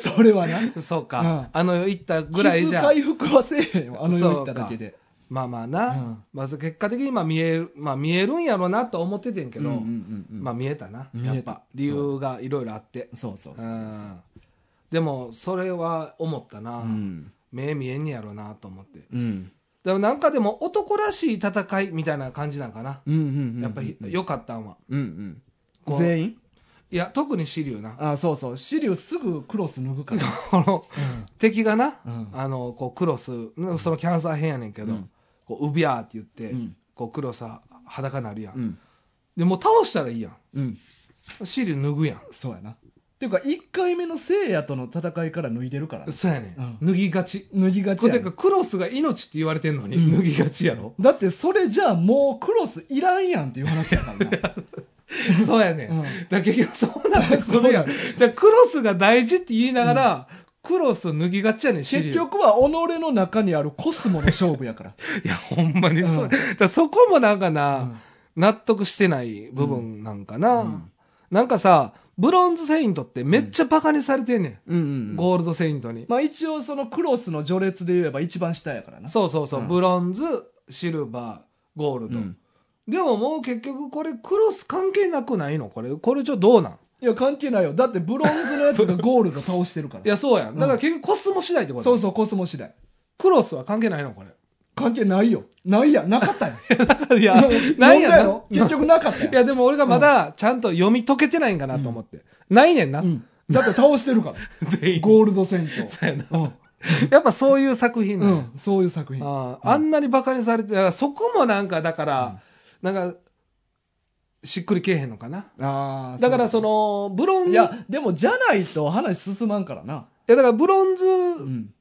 A: それはな。
B: そう
A: う
B: か
A: ん、
B: あの、行ったぐらいじ
A: 傷
B: ゃ、
A: 回復はせえへんよあの世行っただけで。
B: まあまあな、
A: うん
B: まず結果的にまあ見える、まあ見えるんやろうなと思っててんけど、
A: うんうんうんうん
B: まあ見えたな、
A: 見え
B: や
A: た
B: っぱ、理由がいろいろあって。
A: そうそう
B: う
A: そう。
B: ん。でも、それは思ったな、
A: うん。
B: 目見えんねやろうなと思って。だか
A: うん。
B: らなんかでも男らしい戦いみたいな感じなんかな。
A: うんうんうん。
B: やっぱり良かったんは。
A: うんう
B: こ
A: ん。
B: う
A: 全員
B: いや、特にシリュウな。
A: あそうそう。シリウすぐクロス脱ぐから。
B: この、敵がな、
A: うん
B: あの、こう、クロス、そのキャンサー編やねんけど、
A: うん
B: こう、うびゃーって言って、
A: うん
B: こう、クロスは裸なるやん。
A: うん。
B: で、もう倒したらいいやん。
A: うん。
B: シリュウ脱ぐやん。
A: そうやな。っていうか、1回目の聖夜との戦いから脱いでるからね。
B: そうやねん。
A: う
B: 脱ぎがち。
A: 脱ぎが
B: こ
A: ち
B: れ
A: や
B: て
A: ね
B: か、クロスが命って言われてんのに、
A: うん。
B: 脱ぎがちやろ
A: だってそれじゃあもうクロスいらんやんっていう話だからな。
B: そうやねん。
A: うん
B: だから結局そうなってくるやん。
A: そう
B: じゃあクロスが大事って言いながら、クロス脱ぎがちやねん、シリュ
A: 結
B: ウ。
A: 局は己の中にあるコスモの勝負やから。
B: いや、ほんまにそう。
A: うん
B: だからそこもなんかな、
A: うん
B: 納得してない部分なんかな。
A: うん
B: なんかさ、ブロンズセイントってめっちゃバカにされてんね
A: うん
B: ん。
A: うん。
B: ゴールドセイントに。
A: まあ一応そのクロスの序列で言えば一番下やからな。
B: そうそうそう、
A: うん
B: ブロンズ、シルバー、ゴールド。
A: うん
B: でももう結局これクロス関係なくないのこれ、これちょっとどうなん
A: いや関係ないよ。だってブロンズのやつがゴールド倒してるか
B: い
A: ら。
B: や、そうやん。だから結局コスモ次第ってこと、
A: そうそうコスモ次第。
B: クロスは関係ない のこれ。
A: 関係ないよ。 ないやん、なかったよ。、
B: いや なん
A: 問題
B: や
A: ろ
B: ろ
A: 結局なかった
B: い
A: よ。
B: や、でも俺がまだちゃんと読み解けてないんかなと思って。ないねんな。
A: うん。だって倒してるから。
B: 全員。
A: ゴールド戦 闘。
B: そうやな
A: うん
B: やっぱそういう作品な
A: う
B: の、
A: ん。そういう作品。
B: あ
A: うん
B: ああんなにバカにされて、だからそこもなんか、だから、なんか、しっくりけえへんのかな。
A: ああ。
B: だから
A: そう
B: その、ブロンズ、
A: い
B: いや、
A: や、でも、じゃないと話進まんからな。
B: だからブロンズ
A: うん。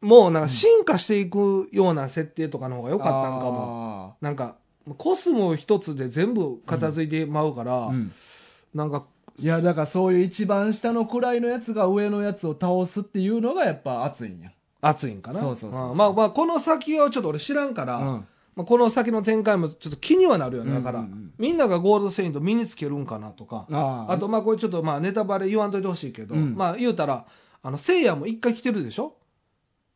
B: もなんか進化していくような設定とかの方が良
A: よ
B: かったんかも。
A: も。
B: なんか、コスモ一つで全部片付いてまうから、
A: うん
B: なんか、
A: いや、だからそういう一番下の位のやつが上のやつを倒すっていうのがやっぱ熱いんや。
B: 熱いんかな。
A: そうそうそうそう
B: あまあまあ、この先はちょっと俺知らんから、
A: うん
B: まあ、この先の展開もちょっと気にはなるよね。だから、
A: うんうんうん
B: みんながゴールドセイント身につけるんかなとか。
A: あ
B: あと、まあ、これちょっと、まあ、ネタバレ言わんといてほしいけど、
A: うん
B: まあ、言うたら、あの、聖夜も一回来てるでしょ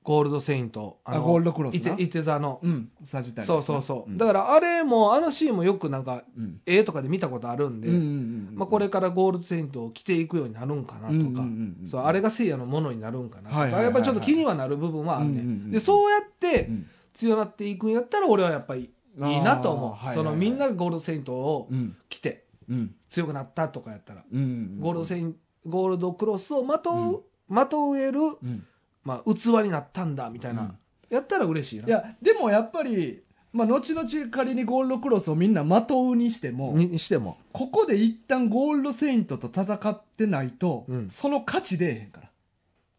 B: ゴールドセイント。
A: あ
B: の
A: ゴールドクロス
B: いて
A: な、
B: いて座の。
A: うん、サジタリアスな
B: そうそうそう。
A: ん
B: だから、あれも、あのシーンもよくなんか、
A: うん。
B: 絵とかで見たことあるんで、
A: うんうんうん
B: まあ、これからゴールドセイントを着ていくようになるんかなとか、
A: うんうんうんうん
B: そう、あれが聖夜のものになるんかなとか、
A: はいはいはいはい
B: やっぱちょっと気にはなる部分はあるね。
A: うんうんうん
B: で、そうやって
A: うん
B: 強なっていくんやったら、俺はやっぱりいいなと思
A: あー
B: う。
A: はいはいはい
B: その、みんながゴールドセイントを
A: うん。
B: 着て
A: うん。
B: 強くなったとかやったら、
A: うん。
B: ゴールドセイン、ゴールドクロスをまとう、まとえる、
A: うん。
B: まあ、器になったんだ、みたいな。
A: うん
B: やったら嬉しいな。
A: いや、でもやっぱり、まあ、後々仮にゴールドクロスをみんなまとうにしても、
B: ににしても。
A: ここで一旦ゴールドセイントと戦ってないと、
B: うん
A: その価値出えへんから。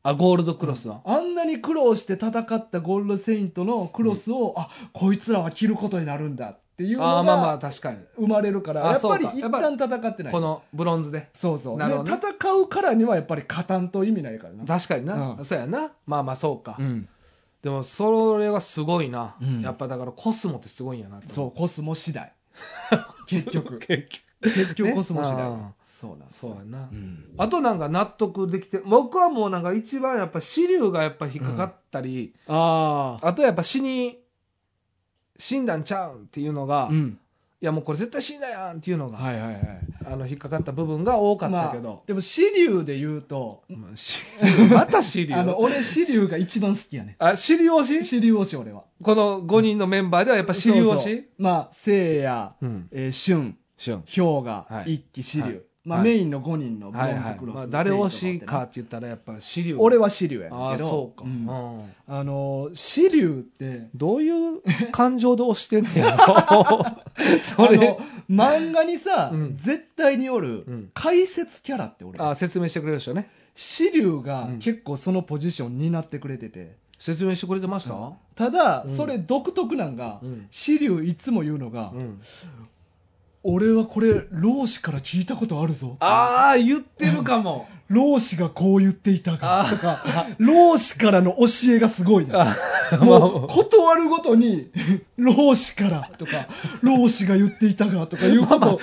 B: あ、ゴールドクロスの。
A: あんなに苦労して戦ったゴールドセイントのクロスを、あこいつらは着ることになるんだっていうの
B: ああ、まあまあ、
A: が
B: 確かに。
A: 生まれるから、
B: あ
A: やっ
B: そ
A: ぱ
B: うか
A: り一旦戦ってない
B: このブロンズで。
A: そうそう、
B: な
A: で
B: るほどね
A: 戦うからにはやっぱり勝たんと意味ないからな
B: 確かにな。
A: うん
B: そうやな。まあまあ、そうか。
A: うん
B: でも、それはすごいな。
A: うん
B: やっぱだから、コスモってすごいんやなと
A: そ
B: 思
A: うコスモ次 第結局
B: 結局。
A: 結局コスモ次
B: ね
A: 第、
B: うん
A: そうなんです
B: そ
A: よ
B: うやな
A: う。ん
B: あとなんか納得できて、僕はもうなんか一番やっぱ死竜がやっぱ引っかかったり、
A: あ
B: あとやっぱ死に、死んだんちゃうんっていうのが、
A: あう
B: い
A: ん
B: やもうこれ絶対死んだやんっていうのが、
A: はいはいはい
B: あの引っかかった部分が多かった
A: ま
B: け
A: あ
B: ど、
A: でも紫龍で言うと
B: まあ死竜 また死竜
A: あの俺紫龍が一番好きやね
B: あ、死竜推し
A: 紫龍推し俺は
B: この5人のメンバーではやっぱ死竜
A: そう
B: 推
A: そう
B: し
A: まあ聖夜、
B: うん。
A: えー、俊
B: しゅん。
A: 氷河、
B: はい
A: 一騎紫龍、
B: はい
A: まあ、
B: はい
A: メインの5人のブロ
B: はい
A: ン
B: は
A: ズ
B: い。
A: クロス、
B: まあ、誰推しかって言ったらやっぱ死竜。
A: 俺
B: は。
A: は紫龍やねんけど
B: ああ、そうか。
A: ん
B: うん
A: あの紫龍って
B: どういう感情で押してんねやろ それ。
A: あの漫画にさ、
B: うん
A: 絶対におる
B: うん
A: 解説キャラって俺
B: あ、説明してくれるでしょうね。
A: 紫龍が
B: うん
A: 結構そのポジションになってくれてて
B: 説明してくれてました
A: ただ、
B: うん
A: それ独特なんが、
B: うん
A: 紫龍いつも言うのが、
B: うん。
A: 俺はこれ老子から聞いたことあるぞ
B: ああ、言ってるかも。
A: 老子がこう言っていたが
B: あ
A: とか老子からの教えがすごいなもう断るごとに老子からとか老子が言っていたがとかいうことを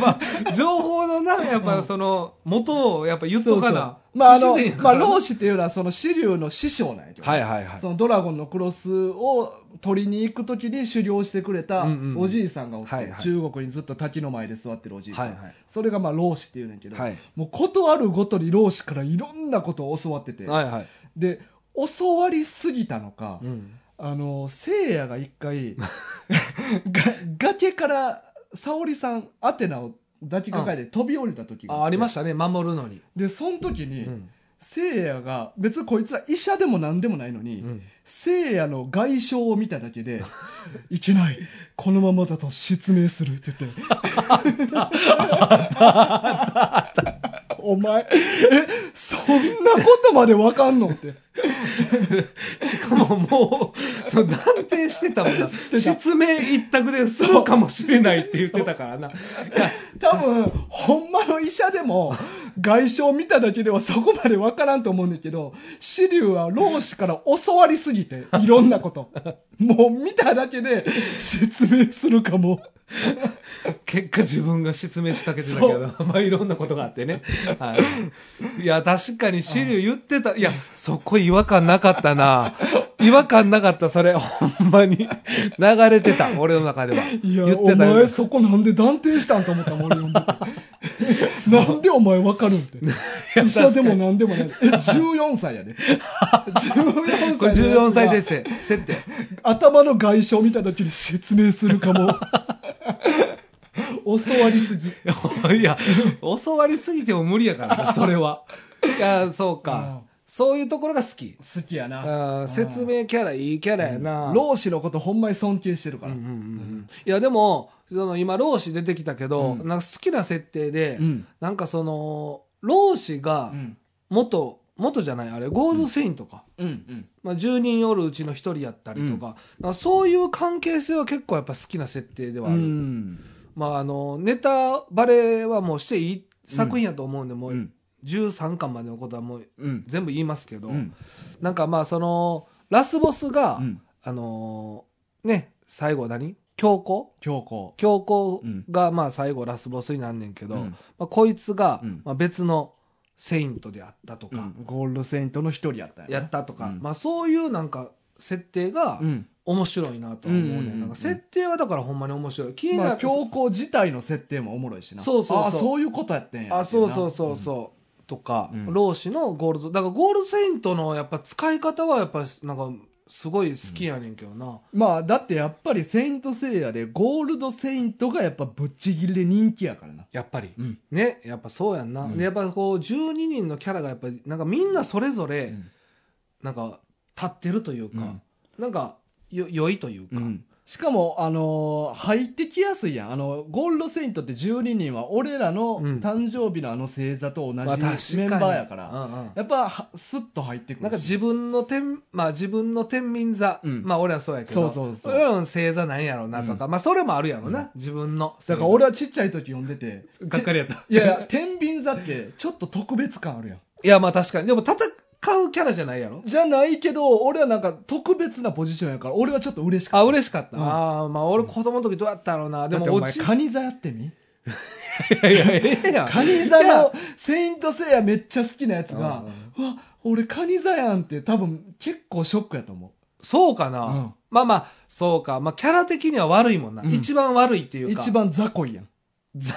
B: まあ、情報のな、やっぱその、元をやっぱ言っ
A: そ
B: と
A: うそ
B: か
A: う
B: な。
A: まああの
B: 不自然や、
A: ま
B: か
A: あ
B: らな
A: 老子っていうのはその支流の師匠なんやけど、
B: はいはいはい。
A: そのドラゴンのクロスを取りに行く時に狩猟してくれた
B: うんうん
A: おじいさんがおって、
B: はいはい
A: 中国にずっと滝の前で座ってるおじいさん、
B: はいはい
A: それがまあ老子っていうんやけど、
B: はい
A: もうことあるごとに老子からいろんなことを教わってて、
B: はいはい。
A: で教わりすぎたのか、
B: うん。
A: あの聖夜が一 回が崖から沙織さんアテナを抱きかかえて飛び降りた時が
B: あ、ありましたたね、守るのに。
A: でその時に、
B: うん。
A: 聖夜が別にこいつら医者でも何でもないのに、
B: うん
A: 聖夜の外傷を見ただけで いけないこのままだと失明するって言ってお前えそんなことまでわかんのって
B: しかももう、その断定 してたもんな。
A: てた
B: 失明一択でそうかもしれないって言ってたからな。いや
A: 多分ほんまの医者でも外傷見ただけではそこまでわからんと思うねんだけど紫龍は老子から教わりすぎていろんなこともう見ただけで失明するかも
B: 結果自分が失明しかけてたけど、まあいろんなことがあってね。はい、いや、確かにシリュ言ってた。いや、そこ違和感なかったな。違和感なかった、それ。ほんまに。流れてた、俺の中では。
A: いや
B: 言って
A: お
B: た
A: 前
B: よ。
A: そこなんで断定したんと思ったもん俺読んでて なんでお前わかるんって医者でもなんでもないえ14歳 やで14
B: これ
A: 歳のやつが
B: 14歳ですね。設定。
A: 頭の外傷みたいな時に失明するか も教わりすぎ
B: いや、教わりすぎても無理やからな、それは。いや、そうか
A: うん。
B: そういうところが好き。
A: 好きやな
B: あー説明キャラ、いいキャラやな。
A: 老子のことほんまに尊敬してるから
B: う
A: うん
B: う
A: ん、
B: んうんうんいやでもその今老子出てきたけど、
A: うん
B: なんか好きな設定で、
A: うん
B: なんかその老子が
A: うん
B: 元、元じゃないあれゴールドセインとか、
A: うん
B: まあ、10人おるうちの1人やったりとか,、なんかそういう関係性は結構やっぱ好きな設定ではある、まあ、あのネタバレはもうしていい作品やと思うんで、も
A: う
B: うん13巻までのことはもう
A: うん
B: 全部言いますけど、
A: うん
B: なんかまあそのラスボスが、
A: うん
B: あのーね最後何強行
A: 強行
B: 教皇がまあ最後ラスボスになんねんけど、
A: うん
B: まあ、こいつが
A: うん
B: まあ別のセイントであったとか、
A: ゴールドセイントの一人やったんな
B: やったとか、
A: うん
B: まあ、そういうなんか設定が
A: うん
B: 面白いなとは思うね、、
A: うんうんうんうんん
B: なんか設定はだからほんまに面白い気に
A: ま
B: な
A: あ、
B: る、
A: 教皇自体の設定もおもろいしな
B: そうそうそう
A: あそういうことやってんや
B: あそうそうそうそう、とか、
A: うん
B: 老子のゴールドだからゴールドセイントのやっぱ使い方はやっぱなんかすごい好きやねんけどな、
A: まあだってやっぱり「セイント・セイヤ」でゴールド・セイントがやっぱぶっちぎりで人気やからな
B: やっぱり
A: うん
B: ねやっぱそうやんな、
A: うん
B: でやっぱこう12人のキャラがやっぱりなんかみんなそれぞれ、
A: うん
B: なんか立ってるというか、
A: うん
B: なんかよ良いというか、
A: うんしかも、あのー入ってきやすいやん。あの、ゴールドセイントって12人は、俺らの
B: うん
A: 誕生日のあの星座と同じメン
B: ま
A: バ
B: あ確かに
A: ーやから、
B: うんうん
A: やっぱは、スッと入ってくるし。
B: なんか自分の天、まあ自分の天民座、
A: うん
B: まあ俺はそうやけど、
A: そうそうそう
B: 俺らの星座なんやろうなとか、まあそれもあるやろうな、自分の。
A: だから俺はちっちゃい時呼んでて、
B: がっかりやった。
A: いやいや、天秤座って、ちょっと特別感あるやん。
B: いやまあ確かに、でも戦うキャラじゃないやろ。
A: じゃないけど、俺はなんか特別なポジションやから、俺はちょっと嬉しかっ
B: あ、嬉しかった。
A: うん
B: ああ、まあ俺子供の時どうやったやろうな。
A: た。
B: で
A: だって
B: も
A: お
B: 落
A: 前、
B: ち、
A: カニ座やってみ
B: いやいや、ええやん。
A: カニ座
B: いや
A: のセイントセイヤめっちゃ好きなやつが、うわ、俺カニ座やんって多分結構ショックやと思
B: そうかな。
A: うん
B: まあまあ、そうか。まあキャラ的には悪いもんな。
A: うん。
B: 一番悪いっていううか。
A: 一。番雑魚いやん。
B: 雑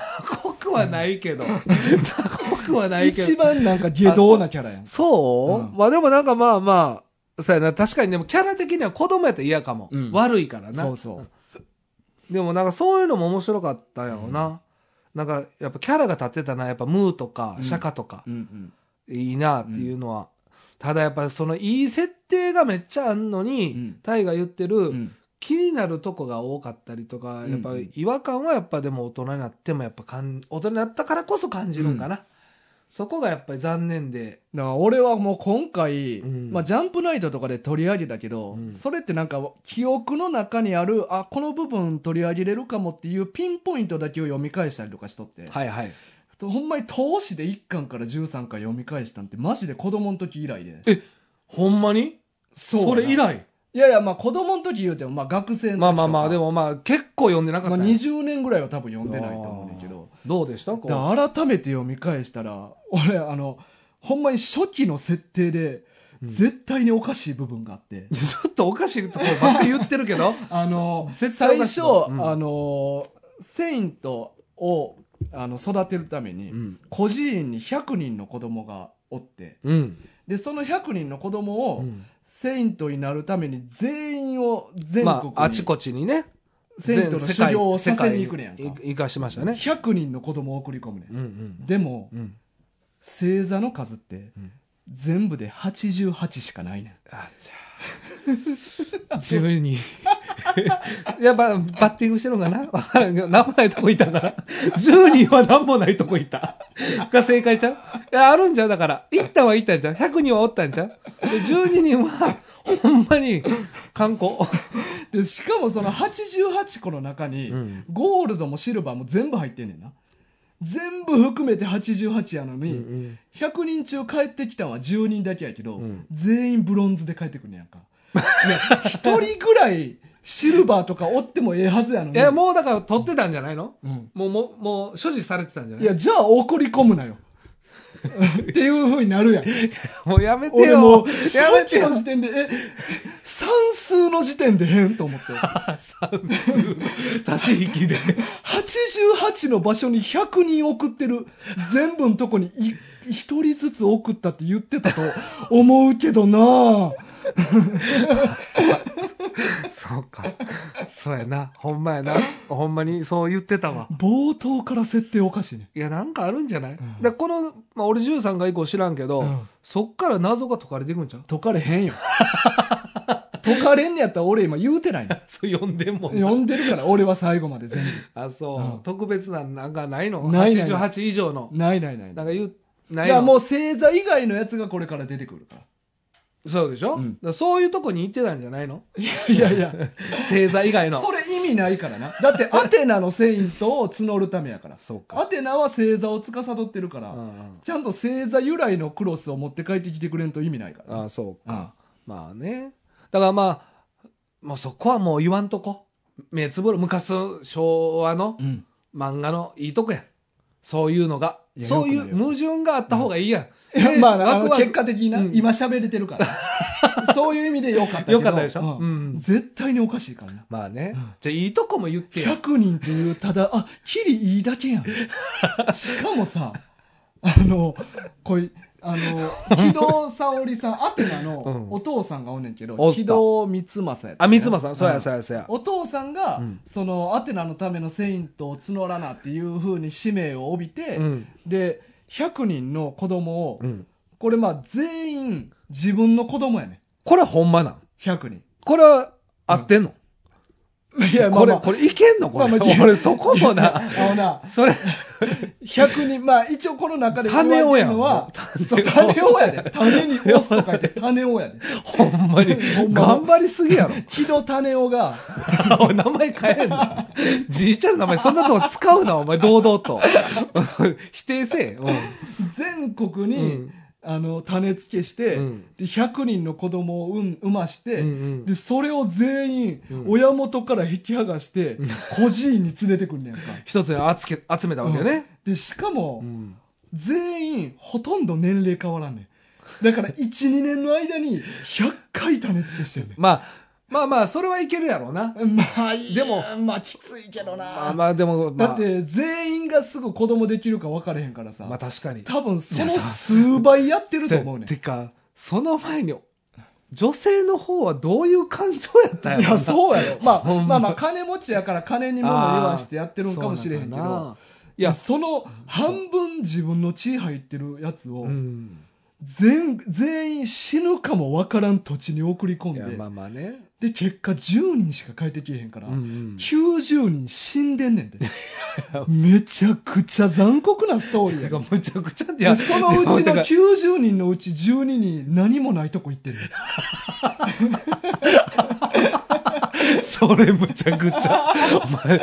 B: 魚はないけど。雑魚はないけど。
A: 一番なんか下道なキャラやん。
B: そう、
A: うん
B: まあでもなんかまあまあ、そうやな、確かにでもキャラ的には子供やったら嫌かも。
A: うん
B: 悪いからな
A: そうそう。
B: でもなんかそういうのも面白かったんやろうな。なんかやっぱキャラが立ってたな、やっぱムーとか、
A: うん
B: 釈迦とか、
A: うんうん。
B: いいなっていうのは。ただやっぱそのいい設定がめっちゃあんのに、
A: うん
B: タイが言ってる、
A: うん
B: 気になるとこが多かったりとか、
A: うん
B: やっぱ違和感はやっぱでも大人になってもやっぱかん大人になったからこそ感じるんかな。そこがやっぱり残念で、
A: だから俺はもう今回、
B: うん
A: まあ、ジャンプナイトとかで取り上げたけど、
B: うん
A: それってなんか記憶の中にあるあこの部分取り上げれるかもっていうピンポイントだけを読み返したりとかしとって、
B: はいはい。
A: ほんまに投資で1巻から13巻読み返したんってマジで子供の時以来で
B: えほんまに
A: そうやな
B: それ以来
A: いやいやまあ子供の時言うてもまあ学生の時とか
B: まあまあまあでもまあ結構読んでなかっ
A: ま
B: た
A: あ、
B: ね、
A: 20年ぐらいは多分読んでないと思うねんだけど
B: どうでしたこ
A: だか
B: う
A: ら改めて読み返したら俺あのほんまに初期の設定で
B: うん
A: 絶対におかしい部分があって。
B: ちょっとおかしいとこばっかり言ってるけ ど
A: あの
B: 絶対お
A: 最
B: かしい
A: 初、
B: ぞうん
A: あのセイントをあの育てるために、
B: ん
A: 孤児院に100人の子供がおって
B: うん、
A: でその100人の子供を、
B: うん
A: セイントになるために全員を全国に、
B: まああちこちにね
A: セイントの
B: 全世
A: 修
B: 界
A: 行をさせに行くねやん
B: 世
A: か
B: 界にい行かしましたね
A: 100人の子供を送り込むね、
B: うんうん
A: ん、でも
B: うん
A: 星座の数って、
B: うん
A: 全部で88しかないねん
B: あじゃあ自分にやっぱバッティングしてるのかなわからんけど何もないとこいたから10人は何もないとこいたが正解ちゃういやあるんちゃうだから一旦は行ったんちゃう100人はおったんちゃうで12人はほんまに観光
A: でしかもその88個の中に、
B: うん
A: ゴールドもシルバーも全部入ってんねんな全部含めて88やのに、100人中帰ってきたんは10人だけやけど、
B: うん
A: 全員ブロンズで帰ってくんねやんかいや1人ぐらいシルバーとかおってもええはずやのに
B: いやもうだから取ってたんじゃないの
A: うん
B: もうもうもう所持されてたんじゃない
A: いやじゃあ怒り込むなよっていうふうにな るやん
B: もうやめて
A: 俺
B: よ
A: もう
B: やめ
A: 初
B: て
A: 期
B: よ
A: の時点でえ算数の時点で変と思って
B: 算数足し引きで
A: 88の場所に100人送ってる全部のとこにい一人ずつ送ったって言ってたと思うけどなあ
B: そうか。そうやな。ほんまやな。ほんまにそう言ってたわ。
A: 冒頭から設定おかしいね
B: いや、なんかあるんじゃない、
A: ん
B: だからこの、まあ、俺13回以降知らんけど、
A: うん
B: そっから謎が解かれていくんちゃう
A: 解かれへん よ解かれんねやったら俺今言うてないの
B: そう、読んでんもんな。
A: 読んでるから俺は最後まで全
B: あ、そう。
A: うん
B: 特別な、なんかないの
A: ないないない
B: ?88 以上の。
A: 部ないないない
B: な
A: なんい
B: か言う、ないいの
A: やもう星座以外のやつがこれから出てくるか
B: そうでしょ、
A: うん
B: だからそういうとこに行ってたんじゃないの
A: らいやいやいや
B: 星座以外の。
A: それ意味ないからなだってアテナのセイントを募るためやから
B: そう
A: ア。テナは星座を司ってるから、
B: うん
A: ちゃんと星座由来のクロスを持って帰ってきてくれんと意味ないから
B: あ、そうか。まあね。だからまあ、もうそこはもう言わんとこ。目つぶる。昔、昭和の、
A: うん
B: 漫画のいいとこやんそういうのが
A: いや
B: そうい
A: よくな
B: う
A: いよ
B: 矛盾があった方がいいやん、
A: いや
B: えー
A: まあ、あ
B: ワク
A: の
B: ワク
A: 結果的にな、
B: うん
A: 今喋れてる から。そういう意味でよかったけど。
B: よかったでしょ
A: う
B: うん
A: ん絶対におかしいからな。
B: まあね、
A: うん
B: じゃあいいとこも言ってよ
A: 100人っていう、ただ、あ、キリいいだけやん。しかもさ、あの、こい、あの、木戸沙織さん、アテナの
B: うん
A: お父さんがおんねんけど、
B: おった
A: 木戸光政やった
B: あ
A: かな
B: 三馬さんそうやそうやそうや
A: お父さんが、
B: うん
A: そのアテナのためのセイントを募らなっていうふうに使命を帯びて、
B: うん
A: で100人の子供を、
B: うん
A: これまあ全員自分の子供やね
B: これはほんまなん
A: 100人
B: これは合ってんの、
A: いや、まあ
B: こ
A: ま
B: れ、
A: あ、
B: これいけんのこれ。俺そこもな。
A: あのな、
B: それ、
A: 100人、まあ一応この中で
B: 種
A: を
B: をやん。
A: は、そう
B: 種
A: 種をやで。種に押すと書いて種をやで。
B: ほんまに
A: ほ。んま
B: 頑張りすぎや ろ。
A: 木戸種をが、
B: お前名前変えんの。じいちゃんの名前そんなとこ使うな、お前、堂々と。 否定せえ。う
A: 全国
B: ん。う
A: に、
B: ん
A: あの、種付けして、
B: うん
A: で、100人の子供を産産まして、
B: うんうん
A: で、それを全員、
B: うん
A: 親元から引き剥がして、孤児院に連れてくんねやんか。
B: 一つに集け集めたわけよね。
A: で、しかも、
B: うん
A: 全員、ほとんど年齢変わらんねん。だから、1、2年の間に、100回種付けしてるねん。
B: まあ、まあまあ、それはいけるやろうな。
A: まあいい
B: でも、
A: まあきついけどな。
B: まあまあ、でも、ま
A: だ
B: あ
A: っ、て、全員がすぐ子供できるか分かれへんからさ。
B: まあ確かに。
A: 多分、そ
B: い
A: の
B: やさ
A: 数倍やってると思うねん。
B: ててか、その前に、女性の方はどういう感情やったんやろ
A: いや、そうやろ。まあ、
B: ほんま
A: まあまあ、金持ちやから金に物言わしてやってるんかもしれへんけ
B: そうなんか
A: ど。
B: ない
A: や、その半分自分の血入ってるやつを
B: う、ん
A: 全、全員死ぬかもわからん土地に送り込ん
B: いや
A: で
B: ま、あまあね、
A: で、結果10人しか帰ってきえへんから
B: う、ん
A: 90人死んでんねんで。めちゃくちゃ残酷なストーリー
B: て
A: や
B: か
A: で。
B: むちゃくちゃい
A: でそのうち
B: て
A: の
B: か
A: 90人のうち12人何もないとこ行ってんねん。
B: それむちゃくちゃお前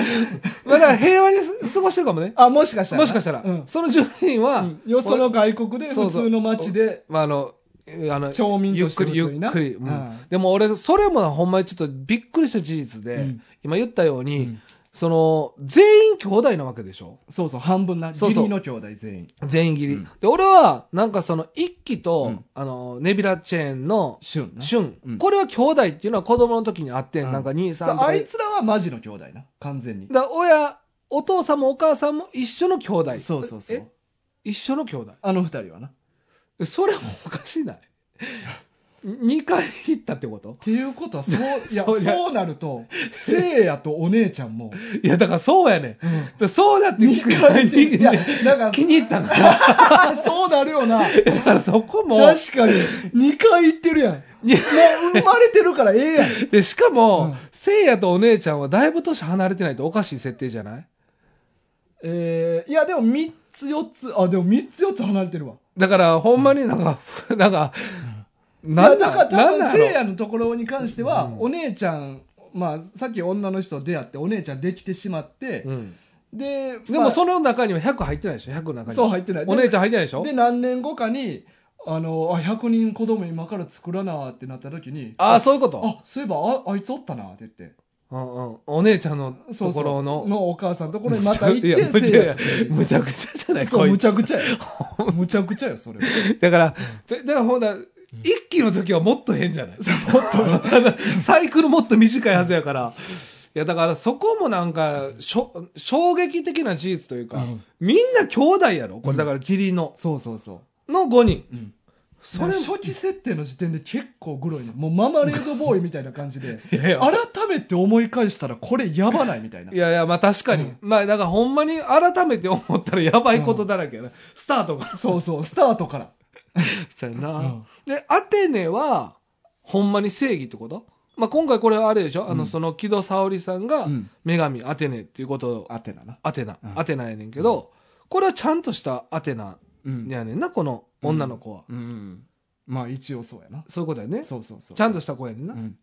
B: まあだから平和にす過ごしてるかもね
A: あ、もしかしたら。
B: もしかしたら、
A: うん
B: その住人は、
A: うんよその外国で
B: そ
A: 普
B: うそう
A: 通の街で
B: まあ、あのえあの
A: 町民
B: ゆ
A: と
B: っ
A: して
B: く
A: 普
B: り
A: 通
B: ゆ
A: に
B: っ
A: な
B: くり、うん
A: うん
B: でも俺それもなほんまにちょっとびっくりした事実で、
A: うん
B: 今言ったように、
A: うん
B: その全員兄弟なわけでしょ
A: そうそう半分な
B: そう
A: 義
B: そう
A: 理の兄弟全員
B: 全員切り、
A: うん
B: で俺はなんかその一期と、
A: うん
B: あのネビュラチェーンの
A: 旬な
B: 旬、
A: うん
B: これは兄弟っていうのは子供の時にあってん、
A: うん
B: なんか兄さ
A: さ
B: んと
A: あ
B: か
A: あ
B: に
A: いつらはマジの兄弟な完全に
B: だから親お父さんもお母さんも一緒の兄弟
A: そうそうそ
B: え
A: う
B: 一緒の兄弟
A: あの二人はなっ
B: えそれもおかしない 二回行ったってこと
A: ていうことはそういや
B: そ
A: そう
B: りゃ
A: うなるとせいやとお姉ちゃんも、
B: いやだからそうやねんだか
A: うん
B: らそうだって
A: 二回っていやだから
B: 気に入ったんか
A: そうなるよな
B: だからそこも
A: 確かに二回行ってるやんも
B: いや
A: う生まれてるからええやん
B: でしかも、
A: うん
B: せいやとお姉ちゃんはだいぶ年離れてないとおかしい設定じゃない
A: えー、いやでも三つ四つあでも三つ四つ離れてるわ
B: だから、ほんまになんか、なんか、
A: いや
B: なん
A: だから多
B: な
A: 分
B: んなんやろ
A: せいやのところに関しては、
B: うん
A: お姉ちゃんまあさっき女の人と出会ってお姉ちゃんできてしまって、
B: うん
A: で
B: で
A: ま
B: も
A: あ
B: その中には100入ってないでしょ ?100 の中には。
A: そう入ってない
B: お姉ちゃん入ってないでしょ
A: で何年後かにあのあ100人子供今から作らなってなった時に
B: ああ、そういうこと。
A: あそういえばああいつおったなって言って
B: うんうん。お姉ちゃんの
A: そうそ
B: とこ
A: う
B: ろの。
A: お母さんのところにまた行っ
B: いや、む
A: て
B: ち
A: せい
B: ゃ
A: や
B: く
A: 作
B: ち
A: る
B: ゃ、むちゃくちゃじゃない
A: そう
B: こい
A: むち
B: つ
A: ゃくちゃやむちゃくちゃよ それは
B: だから、でだからほんなら一期の時はもっと変じゃない
A: もっと
B: サイクルもっと短いはずやから。いや、だからそこもなんか、しょ衝撃的な事実というか、
A: うん
B: みんな兄弟やろこれだから、義理の、
A: そうそうそ
B: の5人。
A: う、うん、
B: そ
A: そ
B: れ
A: れ
B: も
A: 初期設定の時点で結構グロいのもうママレードボーイみたいな感じで
B: いやいや、。
A: 改めて思い返したらこれやばないみたいない
B: やいや、まあ確かに。
A: うん
B: まあだからほんまに改めて思ったらやばいことだらけやな。スタートが。
A: そうそう、スタートから。
B: そうやな、
A: うん
B: で、アテネは、ほんまに正義ってことまあ今回これはあれでしょ、あ
A: う
B: の、
A: ん
B: その木戸沙織さんが
A: う、ん。
B: 女神アテネっていうことを、
A: アテナな。
B: アテナ、
A: うん
B: アテナやねんけど、これはちゃんとしたアテナ
A: うん。
B: やねんな、この女の子は。
A: うん。まあ一応そうやな。
B: そういうことやね。
A: そうそうそう。
B: ちゃんとした子やねんな。
A: うん。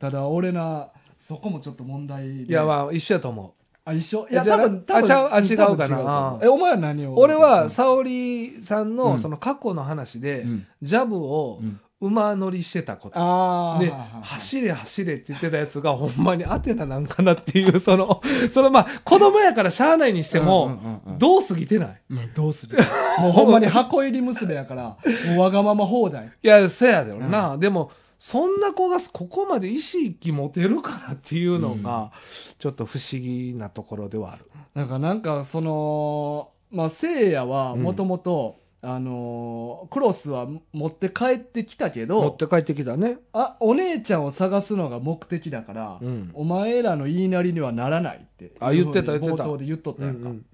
A: ただ俺な、そこもちょっと問題
B: い
A: で。
B: や、まあ一緒やと思う。
A: あ、一緒い
B: え
A: や、
B: じゃあ
A: 多分、多
B: あ
A: 分。
B: ちゃうあ
A: ん
B: 違うか
A: 多
B: な
A: 分と思
B: あー
A: え、お前は何を
B: 俺は、
A: さ、
B: 沙織さん
A: う
B: の
A: ん
B: その過去の話で、
A: うん。
B: ジャブを
A: うん
B: 馬乗りしてたこと。
A: ああ。
B: で、
A: 走
B: 走れ走れって言ってたやつがほんまにアテナなんかなっていう、その、そのまあ、子供やからしゃあないにしても、
A: ど
B: どう過ぎてない
A: うん、どうする もうほんまに箱入り娘やから、もうわがまま放題。
B: いや、せやでろな。でも、そんな子がここまで意識持てるからっていうのが、ちょっと不思議なところではある。
A: なんか、なんか、その、まあ、聖夜は、
B: うん
A: もともと、あのークロスは持って帰ってきたけ
B: 持
A: ど
B: っ、て帰ってきたね。
A: あ、お姉ちゃんを探すのが目的だから、
B: うん。
A: お前らの言いなりにはならないって。
B: あ言ってた言ってた
A: 冒頭で言っとった
B: う
A: や
B: ん
A: んか。
B: うん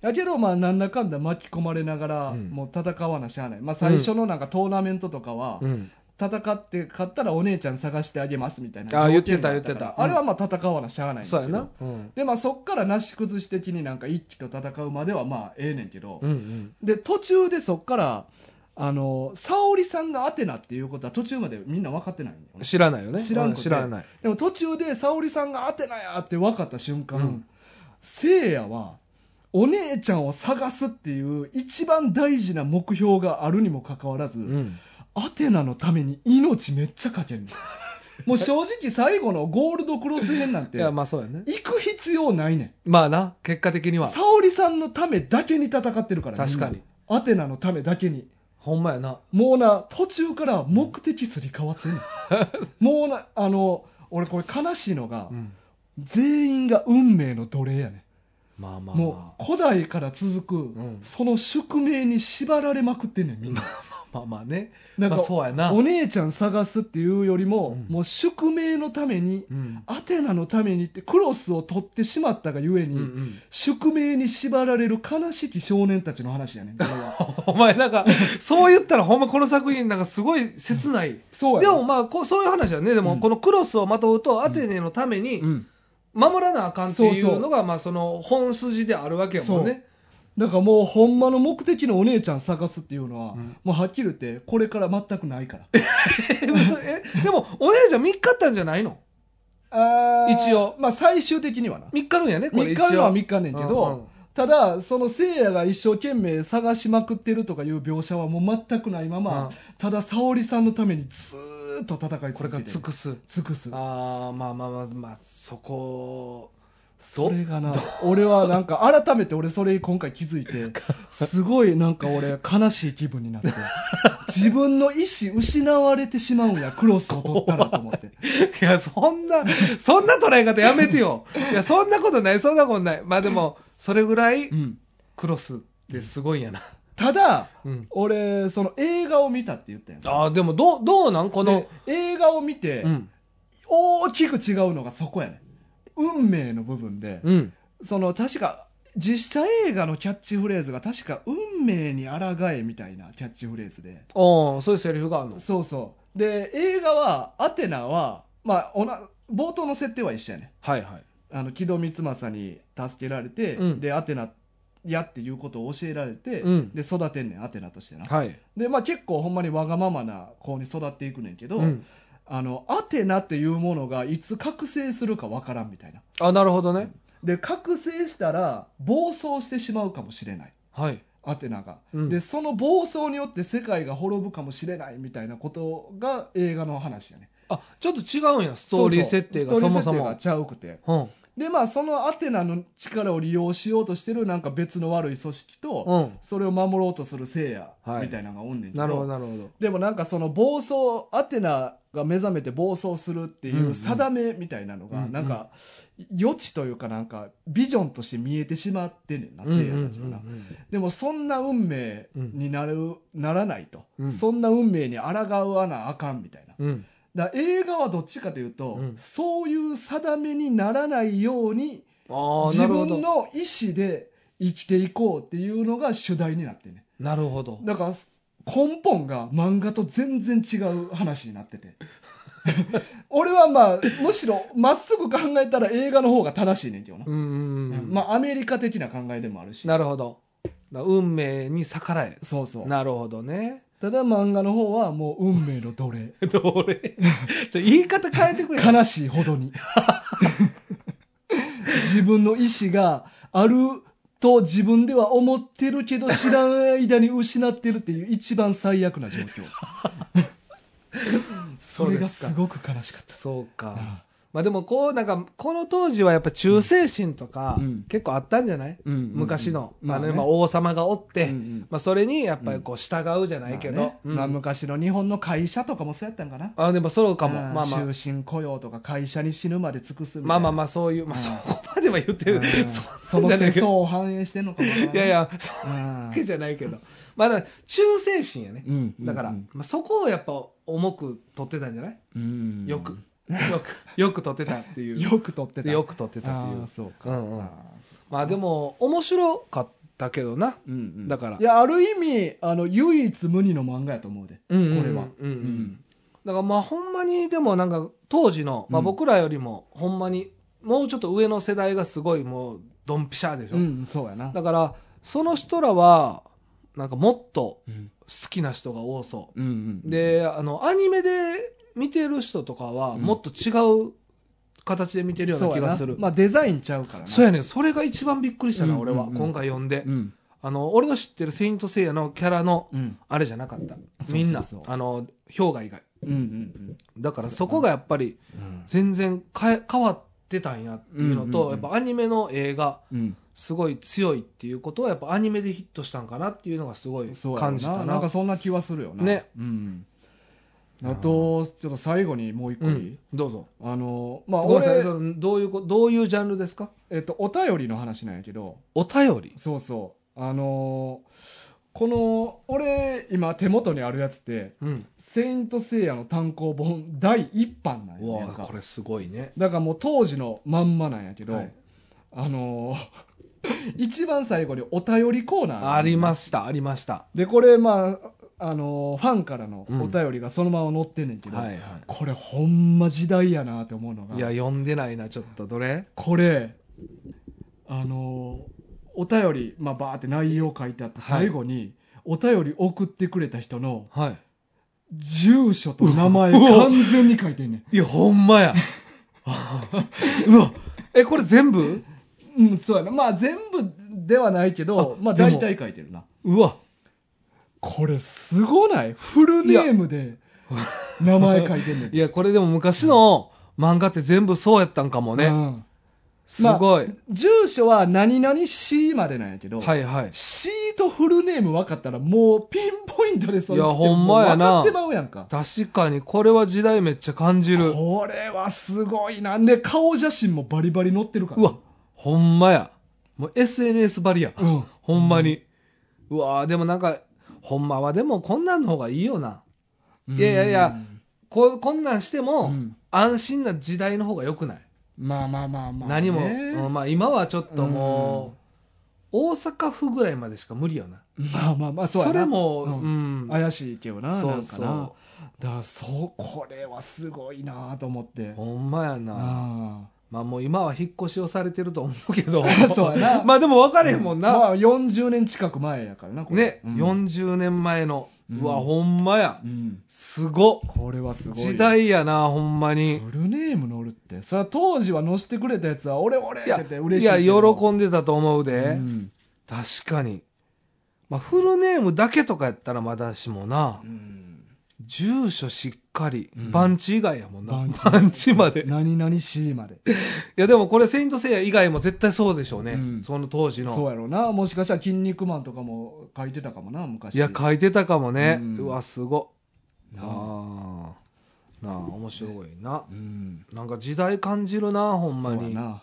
A: やけど、まあ、なんだかんだ巻き込まれながら、
B: うん
A: もう戦わなしゃあない。まあ、最初のなんかトーナメントとかは、
B: うん。
A: 戦って勝ったらお姉ちゃん探してあげますみたいな
B: あー
A: 条件が
B: 言っ
A: あら
B: てた言ってた
A: あれはまあ戦わなしゃあないんだけど
B: そうやな。うん。
A: でまあそっからなし崩し的になんか一気と戦うまではまあええねんけど、
B: うんうん。
A: で途中でそっからあの沙織さんがアテナっていうことは途中までみんな分かってないんだよね
B: 知らないよね。
A: 知らん
B: う
A: くて
B: 知らない。
A: でも途中で沙織さんがアテナやって分かった瞬間、
B: うん
A: せいやはお姉ちゃんを探すっていう一番大事な目標があるにもかかわらず、
B: うん。
A: アテナのために命めっちゃかけんのもう正直最後のゴールドクロス編なん
B: い
A: て
B: や、
A: 行
B: まあそうやね。
A: く必要ないねん
B: まあな、結果的には。
A: 沙織さんのためだけに戦ってるから
B: 確か
A: みん
B: に。
A: なアテナのためだけに
B: ほんまやな。
A: もうな途中から目的すり替わってん のもうなあの俺これ悲しいのが、
B: うん。
A: 全員が運命の奴隷やね
B: まあまあ
A: も
B: ま
A: う古代から続く、
B: ん
A: その宿命に縛られまくってんねんみんな
B: あ。 まあまあね。
A: なん
B: ま
A: か、
B: あそうやな。
A: お姉ちゃん探すっていうよりも、
B: うん
A: もう宿命のために、
B: うん。
A: アテナのためにってクロスを取ってしまったがゆえ
B: う
A: に、
B: んうん。
A: 宿命に縛られる悲しき少年たちの話 やねんこれは
B: お前なんか、そう言ったらほんまこの作品なんかすごい切ない。
A: そうや
B: で
A: な
B: もまあこう、そういう話だね。で
A: う
B: も
A: ん
B: このクロスをまとうとアテネのために
A: うん、
B: 守らなあかんってい
A: そうそう
B: うのが、まあその本筋であるわけやもんね。
A: だからもうほんまの目的のお姉ちゃん探すっていうのは、
B: うん
A: もうはっきり言ってこれから全くないから
B: え、でもお姉ちゃん3日あったんじゃないの
A: あー
B: 一応
A: まあ最終的にはな
B: ?3 日あるんやね、これ
A: 3
B: 一
A: 日
B: 応。
A: あるのは3日あんねんけど、
B: うんうん
A: ただそのせいやが一生懸命探しまくってるとかいう描写はもう全くないまま、
B: うん
A: ただ沙織さんのためにずーっと戦い
B: これ
A: 続
B: から
A: けて
B: 尽くす。
A: 尽くす
B: ああ、まあまあまあ、まあ、そこ、そ
A: それがな俺はなんか改めて俺それ今回気づい てすごいなんか俺悲しい気分になって自分の意志失われてしまうんやクロスを取ったらと思って
B: いや、そんな、そんな捉え方やめて よ。いや、そんなことない、そんなことない。まあでも、それぐらい
A: うん
B: クロスってすごいんやな。
A: ただ
B: うん。
A: 俺その映画を見たって言ったやん
B: ああ、でも、どう、どうなんこの
A: で、映画を見て、
B: うん。
A: 大きく違うのがそこやね運命の部分で、
B: うん。
A: その確か実写映画のキャッチフレーズが確か「運命に抗え」みたいなキャッチフレーズで
B: おーそういうセリフがあるの。
A: そうそうで映画はアテナは、まあ、おな冒頭の設定は一緒やね
B: はいはい。
A: あの木戸光政に助けられて、
B: うん
A: でアテナやっていうことを教えられて、
B: うん
A: で育てんねんアテナとしてな、
B: はい。
A: でまあ結構ほんまにわがままな子に育っていくねんけど、
B: うん。
A: あのアテナっていうものがいつ覚醒するかわからんみたいな
B: あ、なるほどね。
A: で覚醒したら暴走してしまうかもしれない
B: はい。
A: アテナが、
B: うん
A: でその暴走によって世界が滅ぶかもしれないみたいなことが映画の話やね
B: あ、ちょっと違うんや、ストーリー設定が
A: そう
B: そうも
A: スト
B: そ
A: ーリー設定が
B: も。
A: ちゃうくて
B: うん。
A: でまあそのアテナの力を利用しようとしてるなんか別の悪い組織と、
B: うん。
A: それを守ろうとする聖夜
B: はい
A: みたいなのがおんねんけど,、
B: なるほど、なるほど。
A: でもなんかその暴走アテナが目覚めて暴走するって
B: うん
A: いううん定めみたいなの
B: うん
A: が
B: うん
A: なんか余地というかなんかビジョンとして見えてしまってんねんな
B: うん
A: 聖夜たちがな
B: うんうんうん
A: でもそんな運命になるならないと
B: うん
A: そんな運命に抗わなあかんみたいな
B: うん。
A: だから映画はどっちかというと
B: うん
A: そういう定めにならないように
B: ああ、な
A: 自
B: るほ
A: 分
B: ど。
A: の意思で生きていこうっていうのが主題になってんねん
B: なるほど。
A: だから根本が漫画と全然違う話になって て俺はまあむしろまっすぐ考えたら映画の方が正しいねんけどな、
B: うんうんうん。
A: まあアメリカ的な考えでもあるし
B: なるほど。な運命に逆らえ。
A: そうそう
B: なるほどね。
A: ただ漫画の方はもう運命の奴隷
B: どれ ちょ、言い方変えてくれ。
A: 悲しいほどに 自分の意志があると自分では思ってるけど知らん間に失ってるっていう一番最悪な状 況それがすごく悲しかった
B: そうか。まあでもこう、なんか、この当時はやっぱ忠誠心とか
A: うん、
B: 結構あったんじゃない
A: うんうんうん
B: 昔の。
A: ま
B: ま
A: あ
B: あ
A: ね
B: ね、まあ王様がおっ
A: う
B: て
A: んうん、
B: まあそれにやっぱりこう従うじゃないけ
A: まあ
B: ど
A: ね。
B: うん
A: まあ昔の日本の会社とかもそうやったんかな
B: あ、でもそうかも。
A: うん
B: まあまあ
A: 終。身雇用とか会社に死ぬまで尽くすみたいな
B: まあまあまあそういう、まあ
A: うん
B: そこまでは言って
A: う
B: る
A: ん。
B: そ
A: そうの
B: じゃな
A: 世
B: いけ
A: 相
B: ど。
A: を反映してんのかもわからん
B: いやいや、そううんわ けじゃないけど。まあだから忠誠心やね。
A: うん
B: だから、
A: うん
B: まあ、そこをやっぱ重く取ってたんじゃない
A: うん
B: よく、よく、よく取ってたっていう。
A: よく撮ってた
B: でよく取ってたってい
A: あ
B: う
A: ー。そうか
B: うんうん
A: あ
B: まあでも、面白かったけどな。
A: ーうんうん
B: だから
A: いやある意味あの唯一無二の漫画やと思うでこ
B: うんうんうん
A: れは
B: うんうんだからまあほんまにでもなんか当時の、まあ、
A: うん
B: 僕らよりもほんまにもうちょっと上の世代がすごいもうドンピシャでしょ、
A: うん、そうやな。
B: だからその人らはなんかもっと
A: うん。
B: 好きな人が多そ
A: うんうん
B: う、であのアニメで見てる人とかは
A: うん
B: もっと違う形で見てるような
A: そう
B: 気
A: や
B: が
A: な
B: するそう,、
A: まあデザインちゃうからな。
B: やねんそれが一番びっくりしたな、
A: うん
B: 俺は
A: うんうん
B: 今回読んで、
A: うん。
B: あの俺の知ってる「セイント・セイヤ」のキャラの
A: うん。
B: あれじゃなかった
A: そう
B: みんな
A: そうそう
B: あの氷河以外
A: うんうん
B: だからそこがやっぱり
A: うん。
B: 全然変え変わってたんやっていうのと、
A: うんうんうん
B: やっぱアニメの映画
A: うん。
B: すごい強いっていうことはやっぱアニメでヒットしたんかなっていうのがすごい
A: そうやろ
B: 感じた
A: な。
B: な
A: なんかそんな気はするよな。
B: ね。
A: うん。あと、ちょっと最後にもう一個
B: う
A: いい、
B: ん、どうぞ
A: あの、まあ
B: ごめんなさい
A: 俺
B: そ、のどういうこどういうジャンルですか
A: えっと、お便りの話なんやけど、
B: お便り
A: そうそう。あのこの、俺、今手元にあるやつって、
B: うん
A: セイントセイヤの単行本第一版なん
B: う
A: や
B: わ
A: ねんか
B: これすごいね
A: だからもう当時のまんまなんやけど、
B: はい
A: あのー 一番最後にお便りコーナー
B: ありますしたありました
A: でこれまあ、あのーファンからの
B: うん
A: お便りがそのまま載ってんねんけど、
B: はいは
A: これほんま時代やなって思うのが
B: いいや読んでないなちょっとどれ
A: これあのーお便り、まあ、バーって内容書いてあって
B: はい
A: 最後に、お便り送ってくれた人の
B: はい
A: 住所と名前
B: うわ
A: 完全に書いてんね
B: いやほん まやうわえこれ全部
A: ん、うん、そうやなまあ全部ではないけど
B: あ
A: まあ
B: でも
A: 大体書いてるな
B: うわ
A: これすごないフルネームで名前 書いてんねん。
B: いや、これでも昔の漫画って全部そうやったんかもね。
A: うん
B: すごい、
A: 住所は何々市までなんやけど、
B: はいはい。
A: 市とフルネーム分かったらもうピンポイントでそれ
B: いやほんまやな
A: 分かってまうやんか。
B: 確かに、これは時代めっちゃ感じる。
A: これはすごいな。で、顔写真もバリバリ載ってるから。
B: うわ、ほんまや。もう SNS バリや。
A: うん。
B: ほんまに。うわーでもなんか、ほんまはでもこんなんの方がいいよな。いやいやいやこうこんなんして
A: うん、
B: も、
A: うん
B: 安心な時代の方が良くない、
A: まあまあまあまあ、
B: 何も、うん
A: ね
B: まあ今はちょっともう、大阪府ぐらいまでしか無理よな。
A: まあまあまあ、そう
B: そ
A: やな。
B: れも、
A: うん
B: うん。
A: 怪しいけどな、
B: そ
A: な
B: う
A: か
B: んそ
A: な
B: う。。
A: だからそうこれはすごいなと思って
B: ほんまやな。
A: あ。
B: まあもう今は引っ越しをされてると思うけど
A: そうやな
B: まあでも分かれへんも
A: あ
B: ん
A: ま
B: な。
A: あ40年近く前やからなこれ
B: ね、
A: うん
B: 40年前
A: う
B: の。
A: ん
B: うわ、ほんまや
A: う。ん
B: すごっ。
A: これはすごい
B: 時代やな、ほんまに。
A: フルネーム乗るってそれは当時は載せてくれたやつは俺俺って
B: い
A: 言っ
B: や、
A: て嬉し
B: い
A: い
B: や、
A: けど
B: 喜んでたと思う
A: う
B: で。
A: ん
B: 確かに。まあフルネームだけとかやったらまだしもな
A: う。ん
B: 住所しっかり
A: うん。
B: 番地以外やもんな
A: 番地。
B: 番地まで。い
A: 何々 C まで
B: や、でもこれ、セイントセイヤ以外も絶対そうでしょう
A: う
B: ね
A: ん。
B: その当時の。
A: そうやろうなもしかしたら「筋肉マン」とかも書いてたかもな昔
B: いや、書いてたかもね。
A: うん
B: うわ、すごっ。
A: な
B: なあ。なあ、面白いな。
A: うん
B: なんか時代感じるな、ほんま
A: そう
B: に
A: や。な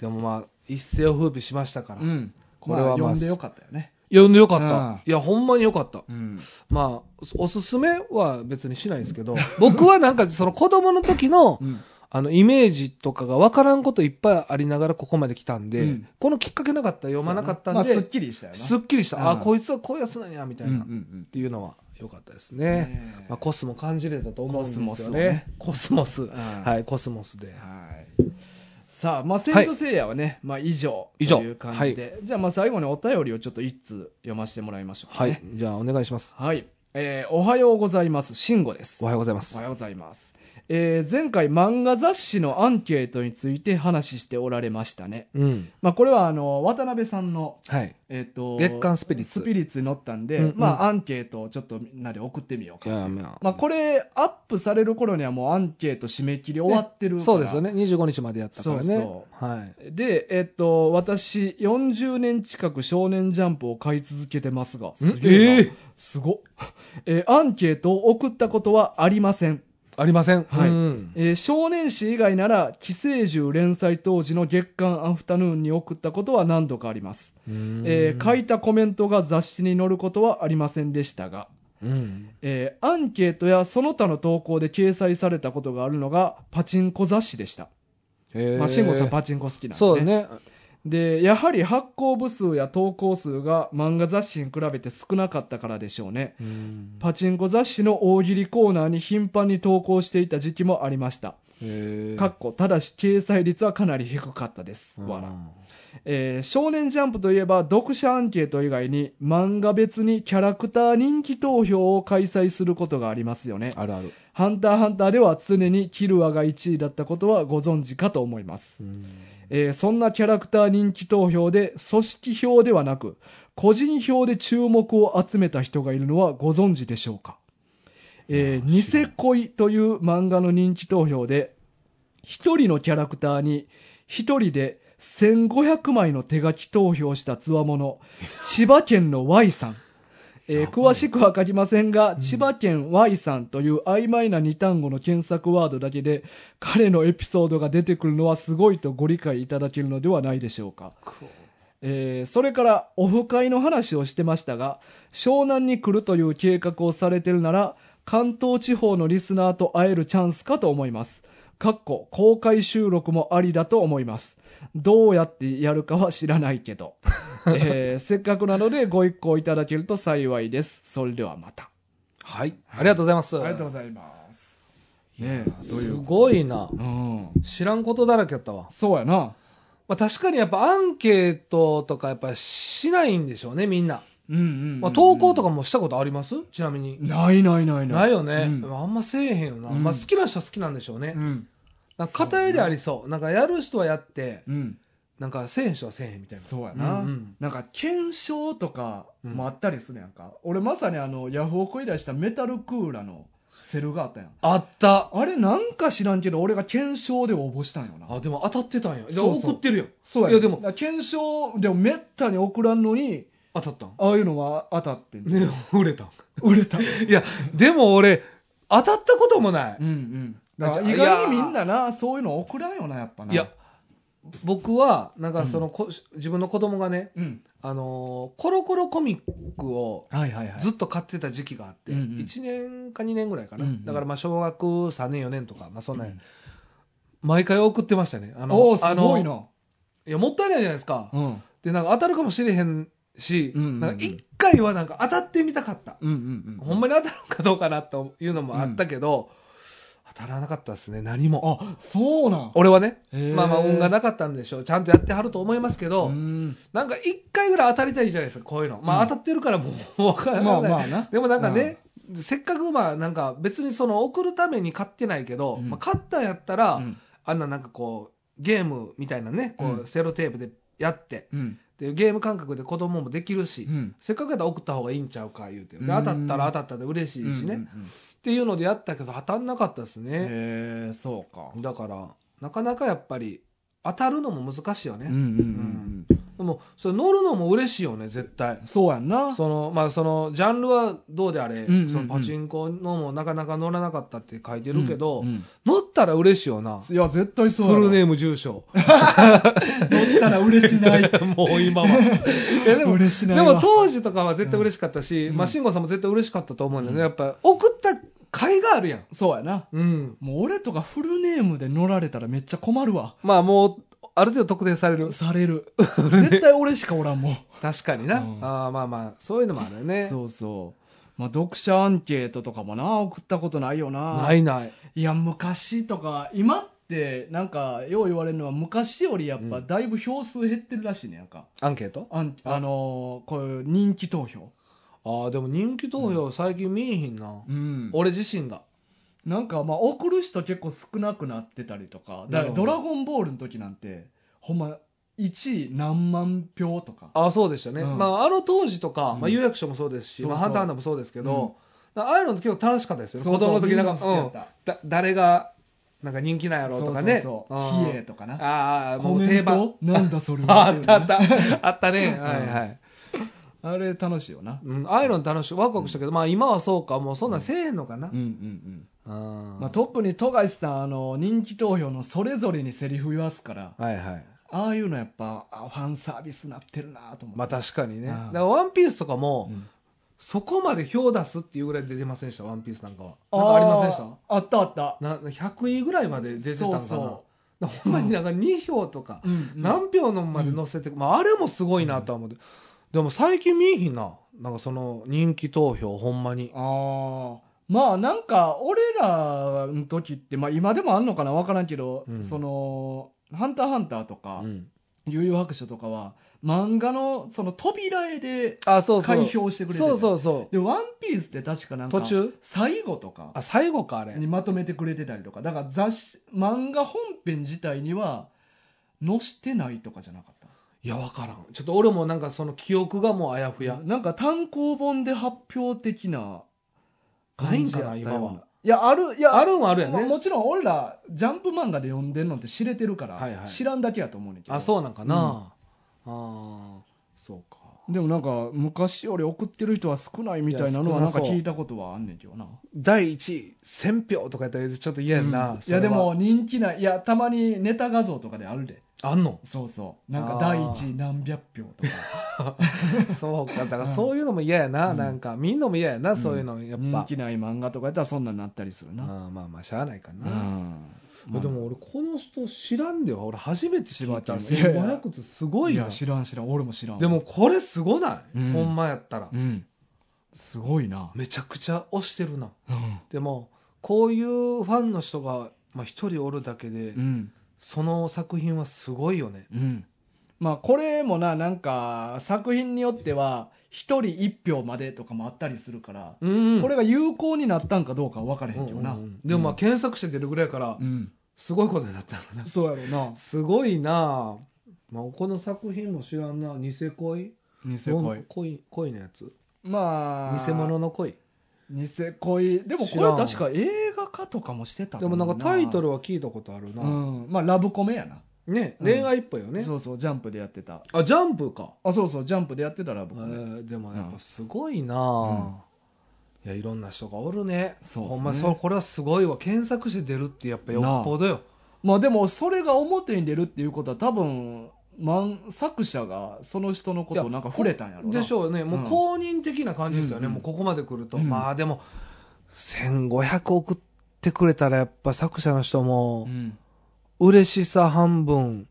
B: でもまあ、一世を風靡しましたから。
A: うん
B: これはまあ
A: まあ呼んでよかったよね
B: 呼んでよかっ
A: うん
B: た。いや、ほんまによかった。
A: うん
B: まあ、おおすすめは別にしないんですけど、僕はなんかその子供の時の、
A: うん
B: あの、イメージとかがわからんこといっぱいありながらここまで来たんで、
A: うん
B: このきっかけなかったら読まなかったん
A: まあすっ
B: で、
A: きりしたよな
B: すっきりした。
A: う
B: あ、
A: ん
B: こいつはこういうやつなんや、みたいな。
A: うんうんうん
B: っていうのは良かったですね。
A: ねえ
B: まあ、コスも感じれたと思うんですよね。
A: コ
B: コ
A: ス
B: ス
A: モスを
B: モス、
A: ねうん
B: はい、コスモスで。
A: はい。さあ、まあ、セイントセイヤはね、まあ、以上と
B: 以上
A: いう感じで、じゃあ、まあ、最後にお便りをちょっと一通読ませてもらいましょうか
B: はい
A: ね。、
B: じゃあお願いします。
A: はい。えーおはようございます。しんごです。
B: おはようございます。
A: おはようございます。えー前回漫画雑誌のアンケートについて話しておられましたね。
B: うん。
A: まあ、これは、あの、渡辺さんの、
B: はい。
A: えっ、と、
B: 月刊スピリッツ
A: スピリッツに載ったんで、
B: うんうん
A: まあ、アンケートをちょっとみんなで送ってみよう
B: い
A: か。
B: や、まあ
A: まあ、これ、アップされる頃にはもうアンケート締め切り終わってるから、
B: そうですよね。25日までやったからね。
A: そうそ
B: はい。
A: で、えっと、私、40年近く少年ジャンプを買い続けてますが、すげえな、
B: ええ
A: すごっ。えーアンケートを送ったことはありません。
B: ありません。
A: はい
B: うん
A: えー少年誌以外なら、寄生獣連載当時の月刊アフタヌーンに送ったことは何度かあります。えー書いたコメントが雑誌に載ることはありませんでしたが、
B: うん
A: えーアンケートやその他の投稿で掲載されたことがあるのが、パチンコ雑誌でした。
B: えー
A: まあ、慎吾さんパチンコ好きなんで、
B: そうね。
A: でやはり発行部数や投稿数が漫画雑誌に比べて少なかったからでしょうね
B: うん
A: パチンコ雑誌の大喜利コーナーに頻繁に投稿していた時期もありました
B: へえ
A: かっこただし掲載率はかなり低かったです、
B: うん
A: 笑えー少年ジャンプといえば読者アンケート以外に漫画別にキャラクター人気投票を開催することがありますよね
B: あるある、
A: ハンターハンターでは常にキルアが1位だったことはご存知かと思いますえーそんなキャラクター人気投票で組織票ではなく個人票で注目を集めた人がいるのはご存知でしょうか、えー
B: いや知らん
A: ニセ恋という漫画の人気投票で一人のキャラクターに一人で1500枚の手書き投票したつわもの千葉県の Y さんえー
B: やば
A: 詳
B: い
A: しくは書きませんが、千葉県 Y さんという曖昧な二単語の検索ワードだけで、彼のエピソードが出てくるのはすごいとご理解いただけるのではないでしょうか。えーそれからオフ会の話をしてましたが湘南に来るという計画をされてるなら関東地方のリスナーと会えるチャンスかと思いますかっこ公開収録もありだと思いますどうやってやるかは知らないけど、えーせっかくなのでご一行いただけると幸いですそれではまた
B: はいありがとうございます
A: ありがとうございますねえどうい
B: す
A: う
B: ごいな
A: うん
B: 知らんことだらけやったわ、
A: そうやな
B: まあ、確かにやっぱアンケートとかやっぱしないんでしょうねみんな、
A: うんうんうんうん
B: まあ、投稿とかもしたことありますちなみに
A: ないないないない
B: ないよね、
A: うん
B: あんませえへんよな、
A: うん
B: まあ、好きな人は好きなんでしょうね、
A: うん
B: なんか偏りありそうなんかやる人はやって
A: うん
B: なんかせえへん人はせえへんみたいな
A: そうやな、
B: うんうん
A: なんか検証とか
B: うん
A: もあったりするやんか、俺まさにあのヤフオク依頼したメタルクーラのセルがあったやん
B: あった
A: あれなんか知らんけど俺が検証で応募したんよな
B: あでも当たってたんやじゃあ
A: そうそう
B: 送ってるよ
A: そうやね
B: いやでも
A: だから検証でもめったに送らんのに
B: 当たったん
A: ああいうのは当たってんね
B: ね 売れたん
A: 売 れたうん
B: いやでも俺当たったこともない、
A: うんだ
B: だ
A: か
B: からら
A: 意外にみんななそういうの送らんよなやっぱない
B: や僕はなんかそのこ、自分の子供がね
A: うん
B: あのーコロコロコミックを
A: はいはいはい
B: ずっと買ってた時期があって、
A: うんうん
B: 1年か2年ぐらいかな、
A: うんうん
B: だからまあ小学3年4年とか、まあ、そんなんや、
A: うん
B: 毎回送ってましたねあ
A: おお
B: の
A: す
B: あ
A: ごい
B: の
A: ない
B: やもったいないじゃないですか、
A: うんうん
B: でなんか当たるかもしれへんし、
A: うんうんうん
B: なんか一回はなんか当たってみたかった、
A: うんうん
B: ほんまに当たるかどうかなというのもあったけど、当たらなかったですね何も
A: あそうなん
B: 俺はね
A: へー
B: まあまあ運がなかったんでしょうちゃんとやってはると思いますけど、
A: うん
B: なんか一回ぐらい当たりたいじゃないですかこういうのま
A: う
B: あ
A: ん
B: 当たってるからもう分からない、
A: まあまあな
B: でもなんかね、せっかくまあなんか別にその送るために買ってないけど、
A: うん
B: まあ、買ったんやったら、
A: うん
B: あんななんかこうゲームみたいなねこ
A: うん
B: うセロテープでやって、
A: うん
B: でゲーム感覚で子供もできるし、
A: うん
B: せっかくやったら送った方がいいんちゃうか言うてで
A: うん
B: 当たったら当たったで嬉しいし
A: う
B: ね、
A: ん
B: っ
A: うんうん
B: ていうのでやったけど当たんなかったですね、
A: へえそうか
B: だからなかなかやっぱり当たるのも難しいよね、
A: うんうんうんうん
B: でもそれ乗るのも嬉しいよね絶対
A: そうやんな
B: そのまあそのジャンルはどうであれ、
A: んうんうん
B: そのパチンコのもなかなか乗らなかったって書いてるけど、
A: うんうん
B: 乗ったら嬉しいよない
A: や絶対そう
B: フ
A: やろ
B: ルネーム住所
A: 乗ったら嬉しない
B: もう 今はいやでも
A: 嬉しない
B: で
A: わ
B: も当時とかは絶対嬉しかったし、
A: うん
B: まあ慎吾さんも絶対嬉しかったと思うんだよ
A: う
B: ね、
A: ん
B: やっぱ送った甲斐があるやん
A: そうやな
B: うん
A: もう俺とかフルネームで乗られたらめっちゃ困るわ
B: まあもうある程度特定される
A: される絶対俺しかおらんもん
B: 確かにな、
A: うん
B: あーまあまあそういうのもあるよね
A: そうそうまあ読者アンケートとかもな送ったことないよな
B: ないない
A: いや昔とか今ってなんかよう言われるのは昔よりやっぱ
B: う
A: だいぶ票数減ってるらしいねなんか
B: アンケート
A: あんあのーこういう人気投票
B: ああでも人気投票最近見えへんな、
A: うん
B: 俺自身が
A: なんかまあ送る人結構少なくなってたりとかだから「
B: なるほど
A: ドラゴンボール」の時なんてほんま1位何万票とか
B: ああそうでしたね、
A: うん
B: まああの当時とか、
A: うん
B: まあ、有役所もそうですし、
A: そうそう
B: まあ、ハンターハンターもそうですけど、ああいうのって結構楽しかったですよね
A: そうそう
B: 子供の時なんか
A: み好きやった
B: うんだ誰がなんか人気なんや
A: そ
B: ろ
A: うう
B: とかね
A: そうそう
B: うん
A: 比叡とかな
B: ああも
A: コ
B: う
A: メ
B: 定
A: ン
B: 番
A: トなんだそれ
B: あ
A: は
B: あ
A: み
B: ったた
A: い
B: あ
A: な
B: ったあったねはいはい、
A: あれ楽しいよな
B: うん、ああいうの楽しいワクワクしたけど、まあ今はそうかもうそんなんせえへんのかな
A: うんうんうん
B: うん
A: まあ、特に富樫さんあの人気投票のそれぞれにセリフ言わすから
B: はいはい
A: ああいうのやっぱあファンサービスなってるなと思って、
B: まあ確かにね
A: う
B: だ
A: ん
B: から「ワンピースとかも、
A: うん
B: そこまで票出すっていうぐらい出てませんでした「ワンピースなんかはなんかありませんでし
A: あーあったあった
B: たな100位ぐらいまで出てたんかな
A: そうそ
B: だからほんまになんか2票とか、
A: うんうん
B: 何票のまで載せて、まあ、あれもすごいなとは思って、でも最近見えひんななんかその人気投票ほんまに
A: ああ。まあなんか、俺らの時って、まあ今でもあんのかなわからんけど、
B: うん
A: その、ハンターハンターと
B: あ、
A: か
B: う、ん、
A: 悠々白書とかは、漫画のその扉絵で
B: あそうそう
A: 開票してくれてる
B: そうそうそう
A: で、ワンピースって確かなんか、
B: 途中
A: 最後とか
B: あ最後かあれ
A: にまとめてくれてたりとか、だから雑誌、漫画本編自体には、載してないとかじゃなかった。
B: いやわからんちょっと俺もなんかその記憶がもうあやふや、
A: なんか単行本で発表的な感じやったよう
B: ないんかな今はい
A: や、ある、いや、
B: あるんはあるや
A: まあ
B: ね、
A: もちろん俺らジャンプ漫画で読んでるのって知れてるから、
B: はいはい
A: 知らんだけやと思うねんけど
B: あそうなんかな、ああそうか
A: でもなんか昔より送ってる人は少ないみたいなのはいなん
B: や少
A: か
B: なそう
A: 聞いたことはあんねんけどな
B: 第1位1000票とかやったらちょっと嫌やんな、
A: うんい
B: それ
A: や
B: は
A: でも人気ないいやたまにネタ画像とかであるで
B: あんの
A: そうそうなん
B: あ
A: か
B: ー
A: 第一位何百票とか
B: そうかだからそういうのも嫌やな、
A: うん
B: なんかみんなも嫌やな、そういうのやっ
A: 人
B: ぱ
A: 気ない漫画とかやったらそんなんなったりする
B: あ
A: な
B: ーまあまあしゃあないか
A: う
B: な、
A: ん
B: まあでも俺この人知らんでは俺初めて知った
A: 千葉県
B: 1500靴すごい
A: い
B: な
A: や知らん知らん俺も知らん
B: でもこれすごない、
A: うん
B: ほんまやったら、
A: うんすごいな
B: めちゃくちゃ押してるな
A: うん
B: でもこういうファンの人がまあ、一人おるだけで、
A: うん
B: その作品はすごいよね
A: うん。まあこれもな、なんか作品によっては、一人一票までとかもあったりするから、
B: うん
A: これが有効になったんかどうかは分からへんけどな。
B: うんうんうんでもまあ検索して出るぐらいから、
A: うん。
B: すごいことになったのな
A: そうやろな。
B: すごいなあまあ、この作品も知らんな偽恋
A: 偽恋。
B: 恋恋のやつ
A: まあ。
B: 偽物。の恋
A: 偽恋。でもこれ確か映画化とかもしてたと
B: で
A: 思
B: も
A: う
B: なんかタイトルは聞いたことあるな、
A: うん。まあラブコメやな。
B: ね
A: うん
B: 恋愛っぽいよね、
A: そうそう、ジャンプでやってた。
B: あジャンプか、
A: あ、そうそう、ジャンプでやってたラ
B: え
A: ブコメ。
B: ーでもやっぱすごいなあ、いやいろんな人がおるね
A: そうっすね
B: ほんまそうこれはすごいわ検索して出るってやっぱよっぽどよ
A: まあでもそれが表に出るっていうことは多分、漫作者がその人のことをなんか触れたんやろな。
B: でしょうねもううん公認的な感じですよ
A: うん
B: ね、
A: うん
B: もうここまで来ると、
A: うん
B: まあでも1500送ってくれたらやっぱ作者の人も
A: うん。
B: 嬉しさ半分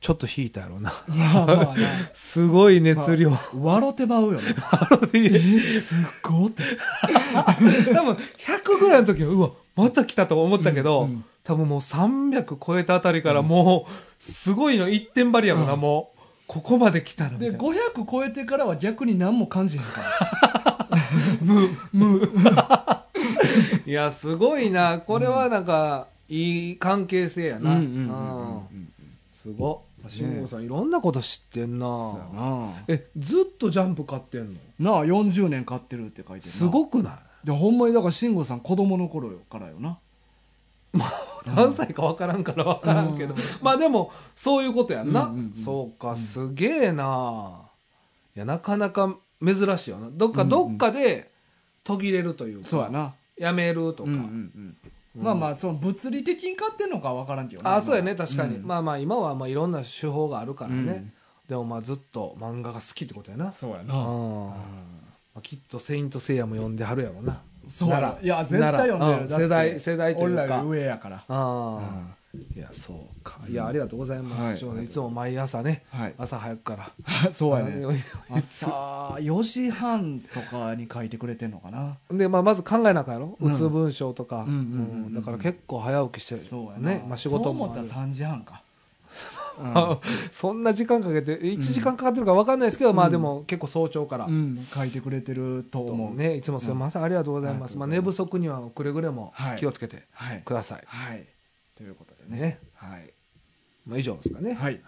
B: ちょっと引いたやろうな
A: まあまあな。
B: すごい熱量、
A: 笑てまうよね。えすっごって。
B: 多分100ぐらいの時はうわまた来たと思ったけど、
A: うんうん
B: 多分もう300超えたあたりからもうすごいの一点張りやもんな、
A: うん
B: もうここ まで来たらみたい
A: で、
B: な
A: 500超えてからは逆に何も感じへんから。
B: いやすごいなこれはなんか、いい関係性やな、うん
A: ん。
B: すごっ慎吾さん、いろんなこと知ってん
A: そう
B: な
A: やな。
B: えずっとジャンプ買ってんの
A: なあ、40年買ってるって書いてるな。
B: すごくな
A: で、ほんまにだから、慎吾さん子供の頃よからよな。
B: い 何歳か分からんから分からんけど、
A: うん
B: まあでもそういうことやんな、
A: うんうんうん
B: そうかすげえな、いやなかなか珍しいよなどっか、
A: うんうん
B: どっかで途切れるというか
A: そうやな。
B: やめるとか、
A: うんうんうん。まあまあ、その物理的に買ってんのかわからんけど
B: ああそうやね確かに、
A: まあ
B: まあまあ今はまあいろんな手法があるからね、
A: うん
B: でもまあずっと漫画が好きってことやな
A: そうや
B: う
A: な。
B: んまあきっと「セイント・セイヤ」も読んではるやろな
A: そうやな
B: 奈良
A: いや、絶対読んで
B: う
A: る
B: ん
A: だって。
B: 世代世代というか
A: 俺らより上やから。
B: ああ、いやそうかいやありがとうございます、
A: はい
B: ちょうどいつも毎朝ね
A: はい。
B: 朝早くから
A: そうやね。
B: あ
A: 朝4時半とかに書いてくれてんのかな
B: で、まあ、まず考えなあかんやろ
A: うん
B: うつ文章とか、
A: うんうんうんうん
B: うんだから結構早起きして
A: そうやな、
B: ねまあ、仕事も
A: そう思ったら3時半か、
B: ある そんな時間かけて1時間かかってるか分かんないですけど、まあでも結構早朝か ら、
A: うんうん書いてくれてると思う
B: ね、いつもすみません、ありがとうございます、
A: うん
B: まあ、寝不足にはくれぐれも
A: はい
B: 気をつけて
A: はい
B: ください、
A: はいということでね
B: ね
A: はい
B: まあ、以上ですかね
A: はい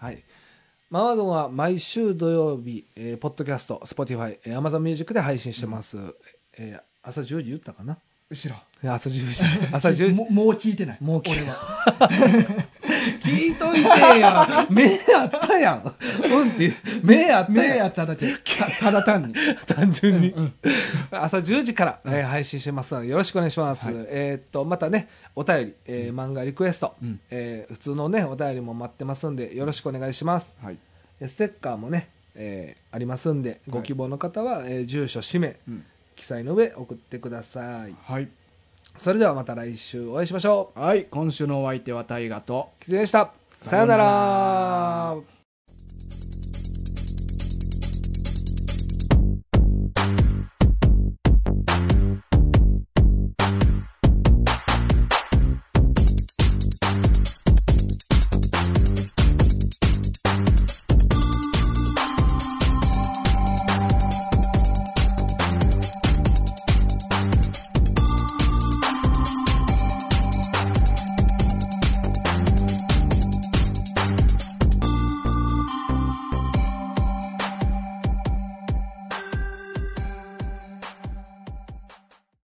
B: マワ軍は毎週土曜日、えーポッドキャスト Spotify、えー、AmazonMusic で配信してます、えー朝10時言ったかな
A: 後ろ
B: いや朝10時 朝10時
A: ももう聞いてない
B: もう聞い
A: 俺は
B: 聞いといてや 目あったやんうんって目あった
A: 目
B: やん
A: やっただけたただ単に
B: 単純に、
A: うんうん
B: 朝10時から、えー配信してますのでよろしくお願いします、
A: はい
B: えーっとまたねお便り、えー漫画リクエスト、
A: うん
B: えー普通のねお便りも待ってますんでよろしくお願いします
A: はい、
B: えステッカーもね、えーありますんでご希望の方は、えー住所氏名
A: うん
B: 記載の上送ってください
A: はい、
B: それではまた来週お会いしましょ
A: はい今週のお相手は大ガと
B: う。キツネでした。さよな
A: さよな
B: ら。